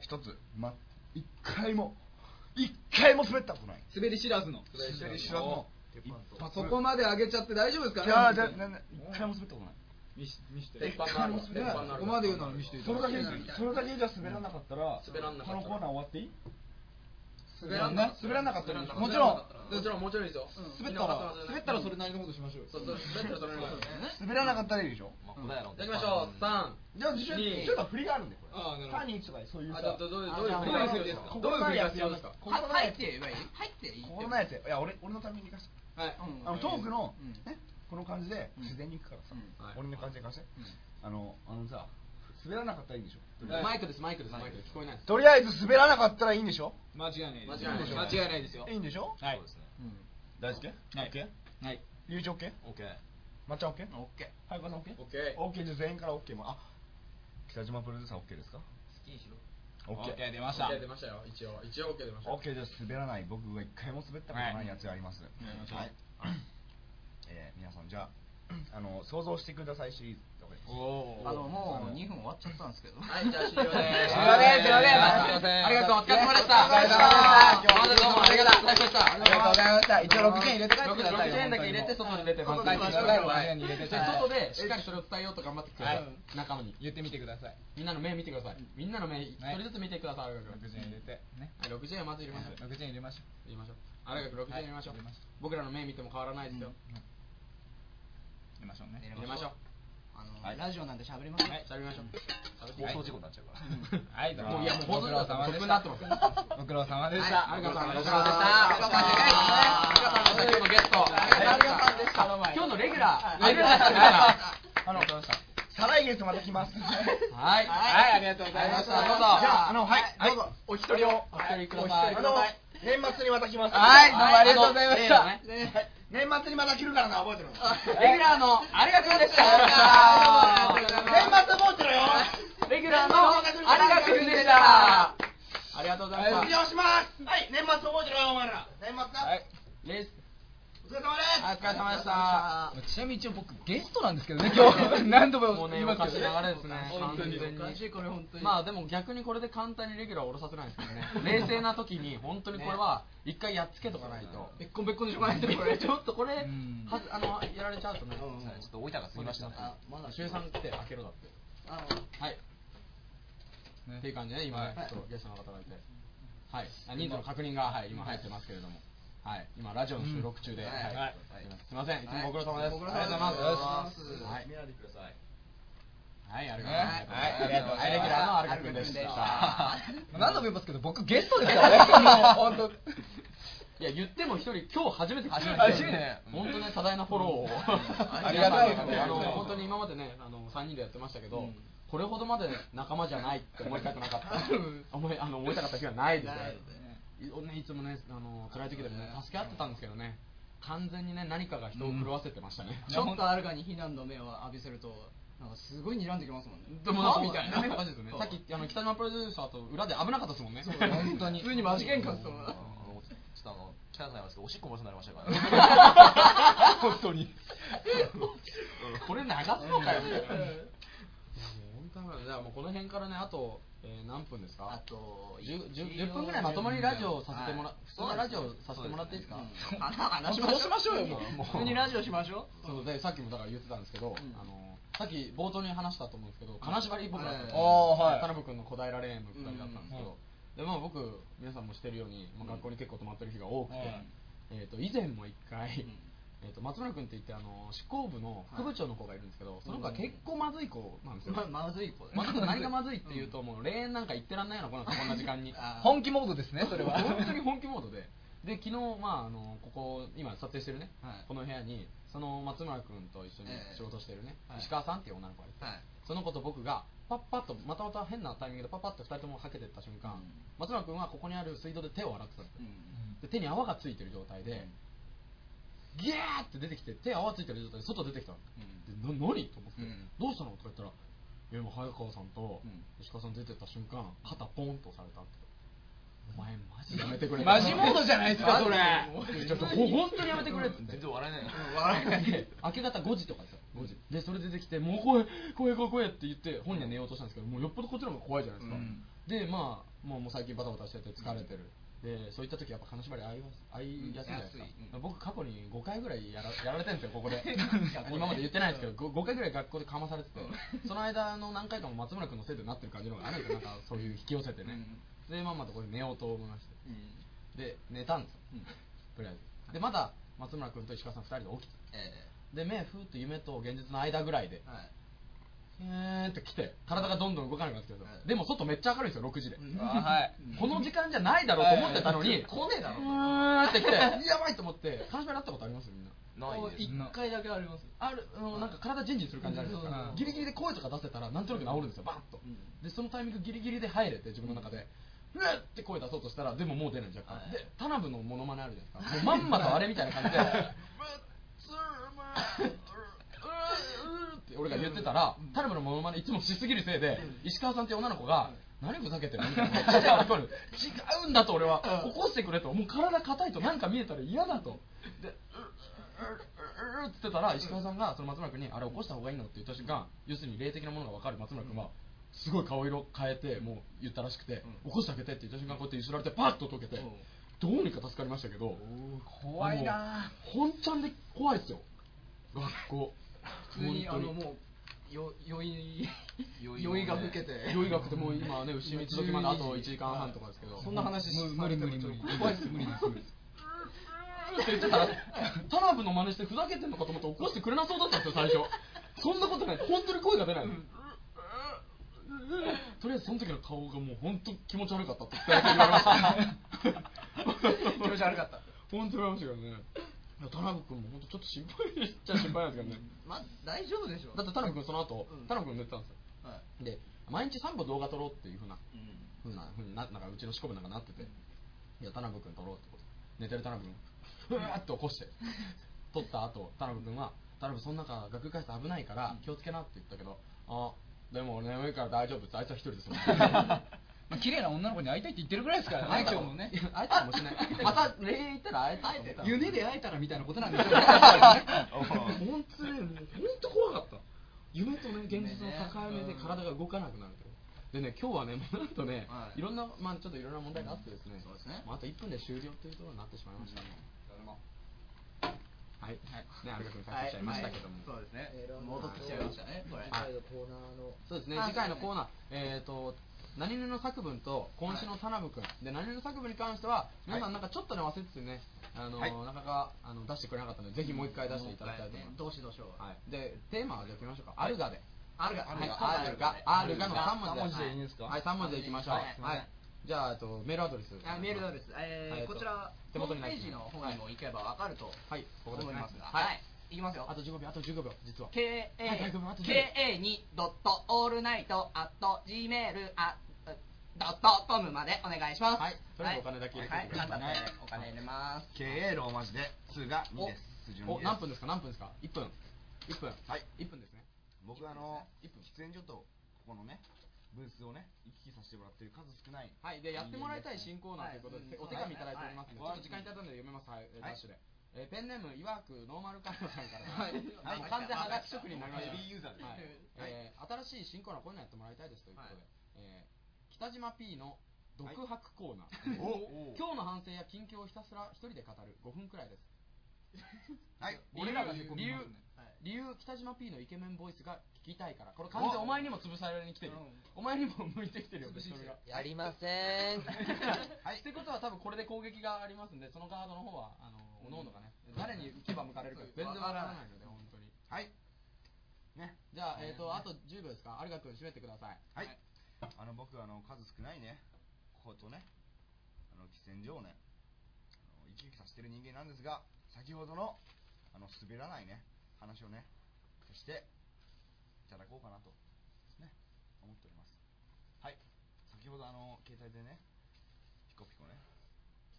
S2: 一つ、ま、一回も、一回も滑ったことない。
S4: 滑り知らずの
S2: 滑り知らずの一発
S4: そこまで上げちゃって大丈夫ですか
S2: いやー
S4: ね
S2: だなな一回も滑ったことない。
S1: 鉄板がある鉄板がある
S4: ここまで言うなら見せてい
S2: そ
S4: た
S2: れ
S4: だ
S2: だ
S4: き
S2: け
S4: たい
S2: それだけじゃ滑らなかったら、
S1: 滑らなか
S2: こ
S1: ったら
S2: のコーナー終わっていい？
S4: 滑らんな
S2: 滑らなかったらいいでしょ
S4: もちろん
S1: もちろんもちろんいいですよ
S4: 滑ったら滑ったらそれなりのことしましょうよ
S1: そうそう滑ったらそれなりのことですね
S2: 滑らなかったらいいでしょ。
S1: 答えろじゃあいきましょう三
S2: じゃあ、ちょ
S1: 二
S2: ちょっと振りがあるんで、これ。
S1: ああなるほど
S2: 単にとかそういう
S1: あ
S2: さ。
S1: どどどういうどういう
S2: あ
S1: 振りが必要ですか
S2: こ
S1: どう
S2: こ
S1: いう振りが必要
S2: で
S1: ですす
S2: か
S1: か
S2: こ
S3: は
S2: こま
S3: 入っ
S2: でやってて
S3: 言えばいい入っていいって
S2: このやついや俺俺のために行かせて
S1: はい
S2: あのトークの、
S3: うん
S2: ねこの感じで
S3: うん
S2: 自然に行くからさ、
S3: うん
S1: はい
S2: 俺の感じで行かせて、
S3: うん
S2: あのあのさ滑らなかったらいいんでしょ
S1: はいマイクですマイクですマイクです聞こえないです
S2: とりあえず滑らなかったらいいんでしょ
S4: 間違いないです
S1: 間違いない
S4: 間違いないですよ
S2: いいんでしょ
S4: はい
S5: すね
S2: 大好き
S4: はいはい
S2: ゆうち OK?
S5: オッケー
S2: まっちゃん OK?
S3: オッケー
S2: はいこの OK?
S1: オッケー
S2: OK じゃあ全員から OK もあ北島プロデューサー OK ですか
S3: 好きにしろ
S2: オッケー
S4: オッケー出ました
S1: OK 出ましたよ一応一応 OK 出ましたよ
S2: OK じゃあ滑らない僕が一回も滑ったことないやつがあります、はいえー皆さんじゃああの想像してくださいシリーズでお願いし
S3: あ
S2: ます
S3: のもう2分終わっちゃったんですけど
S1: はいじゃあ終了です
S4: す
S1: 終
S4: い
S1: 了です
S4: ませんすいませんすいませ
S1: あ
S4: ん
S1: りがとうお疲れ様でした
S2: お疲れ様でし
S1: ど
S2: た
S1: うもどうもありがとうございました
S2: ありがとうございました一応6件入れて帰ってください
S1: 60円だけ入れて外に出てます
S2: 外に出てください
S1: はい
S4: 入れてく
S1: じ
S4: だ
S1: ゃあ
S4: さい
S1: 外でしっかりそれを伝えようと頑張ってください
S4: はい
S1: 仲間に
S4: 言ってみてください
S1: みんなの目見てくださいみんなの目一
S4: はい
S1: 人ずつ見てください荒垣
S4: 60
S1: 君
S4: 円入れてね
S1: はい60円はまず入れましょう
S4: 60円入れましょ
S1: 入れましょう荒垣君60円入れましょう
S4: はい入れましょ
S1: 僕らの目見ても変わらな
S4: う
S1: いですよ
S4: 入れましょうね
S1: 入れましょう
S3: あの、ラジオなんで喋ります
S1: はい喋りましょう喋って
S5: 放送事故になっちゃうから
S4: はいどう
S1: も
S4: も
S1: ういやもう放送事故だから
S4: ご苦
S1: 僕
S4: 労
S1: に
S4: 様
S1: なっ
S4: で
S1: てます
S4: したご苦労様でした
S1: ありがとうございました。今日のレギュラー。
S2: あの再来月また来
S4: [laughs]
S2: ますは
S1: はい。
S4: はいありがとうございまし
S1: じゃ
S4: たどうぞ
S1: あ、
S2: あのはいどうぞ
S1: お一人を。お一人ください。
S2: あの年末にまた来ます
S4: はいどうもありがとうございました
S1: はい
S2: ねはい年末にまた来るからな覚えてろ
S1: レギュラーのありがとうでした。
S2: 年末覚えてろよ
S1: レギュラーのありがとうでした。ありがとうございま
S2: 卒業しますはい年末覚えてろよお前ら年末な、
S4: はい
S1: す。レース、
S2: お疲れ様です
S1: お疲れ様でした。
S4: ちなみに一応僕ゲストなんですけどね今日何度
S1: も
S4: も
S1: うね、
S4: 言い
S1: お
S4: ます
S1: か
S4: け
S1: しい
S4: ど
S1: 流
S4: ね
S1: れですね。
S3: 本当に
S1: 完
S3: おかし
S1: 全
S3: いこれ本当に
S1: まあでも逆にこれで簡単にレギュラーを下ろさせないですから [laughs] ね冷静な時に本当にこれは一回やっつけとかないとべっこんべっこんにしとかないとこれ [laughs] ちょっとこれ
S4: ん
S1: はずあのやられちゃうとね
S5: ちょっと大分が過ぎましたね
S3: あまだ
S1: 週3来て開けろだって
S3: あ
S1: はいっていう感じで今ね
S4: は
S1: ちょっとゲストの方がいてはいあ人数の確認がはい今入ってますけれどもはい今ラジオの収録中で
S3: うん
S1: はい
S4: はい
S1: すいませんいつもご苦労様です
S3: ご苦労
S1: あ
S3: 様
S1: り
S3: です
S1: がとうございますはい
S2: 見ないでください
S1: はいありが
S4: ね
S1: とうございます
S4: はいありがとうございます
S1: レギュラーのあるかくんでし
S3: あるか
S1: た
S3: くんでし
S4: 何度も言いますけど僕ゲストです
S1: [laughs]
S4: からねもう本
S1: いや言っても一人今日初めて聞い
S4: 初めてね
S1: 本当ね多大なフォロー [laughs] を
S4: ありがたいですね
S1: あの本当に今までねあの3人でやってましたけど、これほどまで仲間じゃないって思いたくなかった思いあの思いたかった日はないです
S3: ない
S1: ねいろんないつもねあの辛い時でもね助け合ってたんですけどね完全にね何かが人を狂わせてましたね、
S3: ちょっとあるかに避難の目を浴びせるとなんかすごい睨んできますもんね
S1: でもなんか
S3: みたいな
S1: みん感じですよねさっきあの北島プロデューサーと裏で危なかったですもんね [laughs]
S4: 本当に
S3: 普通にマジ喧嘩しそう
S5: あ
S3: な
S5: のちょっとあの汚くなりますけどおしっこ漏らしになりましたからね
S4: 当本当に
S1: これ流すのかよみたいな。本当だね。だからもうこの辺からねあと、えー何分ですか。
S3: あと
S1: 十十十分ぐらいまともにラジオをさせてもら、
S3: はい
S1: 普通のラジオをさせてもらっていいですか。
S3: うんあ話しましょ
S1: そ
S3: う
S1: うしましょうよもうもう
S3: 普通にラジオしましょう
S1: そうでさっきもだから言ってたんですけど、あのさっき冒頭に話したと思うんですけど金縛り僕だったんですよ
S4: はいあーはい
S1: 田辺君の小平レーンの2人だったんですけど、でまあ僕皆さんもしてるように、まあ、学校に結構泊まってる日が多くて、えー、と以前も一回、
S3: うん
S1: えー、と松村君って言ってあの執行部の副部長の子がいるんですけど、その子は結構まずい子なんですよ、
S3: ままずい子だ
S1: まず [laughs] 何がまずいっていうと、もう霊園なんか行ってらんないような子なんですよこんな時間に
S3: あー
S4: 本気モード [laughs] ですねそれは
S1: 本当に本気モードでで昨日、まあ、あのここ今撮影してるね、
S3: はい
S1: この部屋にその松村君と一緒に
S3: ええ
S1: 仕事してるね、
S3: はい
S1: 石川さんっていう女の子がいて、
S3: はい
S1: その子と僕がパッパッとまたまた変なタイミングでパッパッと2人ともはけてった瞬間、
S3: うん
S1: 松村君はここにある水道で手を洗ってたんですよ、
S3: うん
S1: で手に泡がついてる状態で、ギャーって出てきて手泡ついてる状態で外出てきたの、でな何と思って、
S3: うん
S1: どうしたのとか言ったら「いや今早川さんと
S3: うん
S1: 石川さん出てった瞬間肩ポンと押された」って。お前マジやめてくれ
S4: マジモードじゃないですかそれ
S1: ちょっとほ本当にやめてくれっつって
S5: 全然笑えないな
S1: 笑えない明け方5時とかですよ5時でそれ出てきてもう怖い怖い怖い怖いって言って本人は寝ようとしたんですけどもうよっぽどこっちの方が怖いじゃないですか、
S4: うん
S1: でまあもうもう最近バタバタしてて疲れてる、でそういった時やっぱ金縛り合いやす合いやすいじゃないですか
S3: うん安い、うん
S1: 僕過去に5回ぐらいやらやられてるんですよここで今まで言ってないですけど 5, 回ぐらい学校でかまされててその間の何回かも松村君のせいでなってる感じのがあるんですよなんかそういう引き寄せてね、でまんまとこれ寝ようと思いましてで寝たんですよ、
S3: うん
S1: とりあえずでまた松村君と石川さん2人で起きて
S3: え
S1: で目ふーっと夢と現実の間ぐらいで
S3: えはい
S1: えーって来て体がどんどん動かなくなってくるでも外めっちゃ明るいんですよ6時で、
S4: あはい
S1: この時間じゃないだろうと思ってたのに、
S4: 来ねえだろ
S1: うーんって来てやばいと思って感じになったことありますみんな
S5: ないです
S4: 一回だけあります
S1: あるあのなんか体ジンジンする感じあるじゃないですか、
S4: うん
S1: ギリギリで声とか出せたらなんとなく治るんですよバーッと、でそのタイミングギリギリで入れて自分の中で、うわっって声出そうとしたらでももう出ない若干、
S4: はい
S1: で田辺のモノマネあるじゃないですかもうまんまとあれみたいな感じ [laughs] でうっつーまーうっうっうっって俺が言ってたら、田辺のモノマネいつもしすぎるせいで、石川さんっていう女の子が、何ふざけてるのみたいな声 [laughs] が聞こえる違うんだと俺は、起こしてくれともう体硬いとなんか見えたら嫌だとでうーっつってたら石川さんがその松村君にあれ起こした方がいいのって言った瞬間要するに霊的なものが分かる松村君はすごい顔色変えてもう言ったらしくて起こしてあげてって言った瞬間こうやって揺すられてパッと溶けてどうにか助かりましたけど
S4: 怖いな
S1: あの本ちゃんで怖いですよ学校
S4: 普通にあ
S1: 本当
S4: のもうよ酔い
S5: 酔
S4: 酔
S5: い
S4: い
S5: もね
S4: が吹けて
S1: 酔いが吹けてもう今はね牛道時まであと1時間半とかですけど
S4: そんな話し無理無理無理
S1: 怖いです
S4: 無理です無理です
S1: って言ってたら、タラブの真似してふざけてんのかと思って起こしてくれなそうだったんですよ、最初。そんなことない。本当に声が出ないの。とりあえずその時の顔がもう本当気持ち悪かったって伝えてもらいました。
S4: 気持ち悪かった。
S1: 本当に言われましたけどね。いや田辺君も本当ちょっと心配っちゃ心配なんですけどね。
S4: まあ大丈夫でしょ
S1: だって田辺君その後、
S4: うん
S1: 田辺君寝てたんですよ。
S4: は
S1: で、毎日3本動画撮ろうっていうふうな、
S4: い
S1: ふうな、ふうにな、なんかうちの仕込みなんかなってて、いや、田辺君撮ろうってこと。寝てる田辺君、ふわーっと起こ [laughs] して、撮った後、田辺君は、田辺その中、学会室危ないから気をつけなって言ったけど、あ、でも眠いから大丈夫って、あいつは一人ですもん。 [laughs]
S4: まあ綺麗な女の子に会いたいって言ってるぐらいですからね今日もね
S1: いや会えたかもしれない。また恋愛行ったら会えたいって言って
S4: 夢で会えたらみたいな [laughs] ことなんですよ
S1: た。本当に、もう本当怖かった。夢とね、現実の境目で体が動かなくなると。でね、今日はね、もうなんとね、
S4: はい
S1: い、ろんな、まあ、ちょっといろんな問題があってですね、
S4: そうですね
S1: もうあと1分で終了というところになってしまいました。はい、ね、ありがとうございました。いましたけども。
S4: そうですね戻ってきちゃいましたねこ
S1: は
S4: れ
S1: いそうですね、次回のコーナー、えっ、と、何々の作文と今週の田辺君、で何々の作文に関しては、皆さん、なんかちょっとね、忘れててね、あの
S5: はい
S1: なかなかあの出してくれなかったので、ぜひもう一回出していただきたいと思います。
S4: どうしどうしよう
S1: はい、で、テーマはじゃあ決めましょうか、アルガで。
S4: あるが
S1: はい、アルガ、アルガの3文字
S5: 三文字でいいんですか
S1: はい、3文字でいきましょう。
S4: は
S1: はいい、じゃあ、えっと、メールアドレス。
S4: あメールアドレス、えー
S1: はい
S4: こちら
S1: 手
S4: ホー
S1: 元
S4: ム
S1: にない
S4: ページの方にも行けばわかると
S1: はい、ここで
S4: 思
S1: す
S4: い
S1: ね
S4: ますが、
S1: は
S4: はいい、、いきますよ
S1: あと15秒、あと15秒、実は。
S4: k a
S1: はいごめんあと10
S4: k a 2ドットオールナイトアット g メールあドットコムまでお願いします。
S1: はいとりあえずお金だけ入れて
S4: はい
S1: くださいね
S4: はいお金入れます。
S2: KA ローマ字で2が2です数字の
S1: お、
S2: 2です
S1: 何分ですか、何分ですか、1分。1分。
S2: はい
S1: 1分ですね。
S2: 僕あの
S1: 一分
S2: 喫煙所とここのねブースをね行き来させてもらってる数少ない
S1: はい、でやってもらいたい新コーナーということで、お
S4: はい
S1: 手紙いただいておりますので、
S2: はい
S1: ちょっと時間いただいたので読めます、はい、えーダッシュで。えーペンネーム、いわくノーマルカンさんから、はい、もう完全はがき職人になりました。
S2: ヘビーユーザーです
S1: はいえー新しい新コーナー、こういうのやってもらいたいですということで、えー北島 P の独白コーナー、
S2: お
S1: 今日の反省や近況をひたすら一人で語る5分くらいです。
S2: はい
S1: 俺らが理由、理由
S4: はい、
S1: 理由北島 P のイケメンボイスが聞きたいから、これ完全お前にも潰されに来てる
S4: 嗯
S1: よ。お前にも向いてきてるよ、それが。
S6: やりませ
S1: [laughs]
S6: ん。
S1: はい、ってことは多分これで攻撃がありますんで、そのガードの方は、あの、おのおのがね、誰に牙向かれるか全然わからないので、本当に。
S2: はいね
S1: じゃあ、えっ、と、あと10秒ですか。有賀君、閉めてください。
S2: はいあの僕あの数少ないねこことねあの喫煙所をねあの行き来させてる人間なんですが先ほどのあの滑らないね話をねしていただこうかなとね思っておりますはい先ほどあの携帯でねピコピコね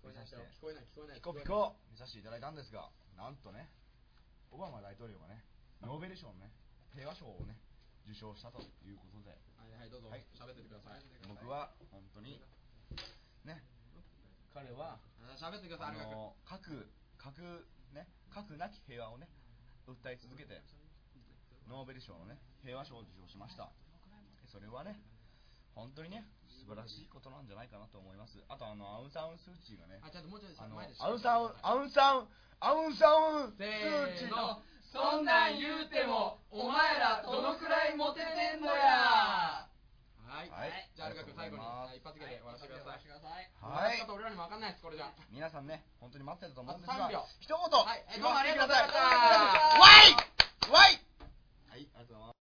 S2: 聞こえない
S1: 聞こえない、聞こえ
S2: ピコピコ見させていただいたんですが、なんとね、オバマ大統領がね、ノーベル賞のね、平和賞をね、受賞したということで、
S1: はい、はい、どうぞ、
S2: はい
S1: 喋っててください。
S2: 僕は本当に、ね、彼は、
S1: あ喋ってくださ
S2: あ
S1: い、有賀君。
S2: の、核、核、ね、核なき平和をね、訴え続けて、ノーベル賞のね、平和賞を受賞しました。それはね、本当にね、素晴らしいことなんじゃないかなと思います。あと、あの、アウン・サン・スー・チーがね
S1: あ、、ちょっともうちょいそ
S2: あ
S1: の
S2: の
S1: 前で
S2: アウンサウン、アウンサウン、アウンサウン、
S1: せーの。
S4: そんなん言うてもお前らどのくらいモテてんのや
S1: はい、
S2: はい
S1: じゃあ、有賀君、最後に、
S2: あり
S1: 一発芸で終わらせてください。
S2: はい
S1: 終わらせ方俺らにもわかんないです、これじゃ。
S2: 皆さんね、本当に待ってたと思うんです
S1: あと
S2: が
S1: 三秒、
S2: 一言、
S1: はいえどうもありがとうございました
S2: わい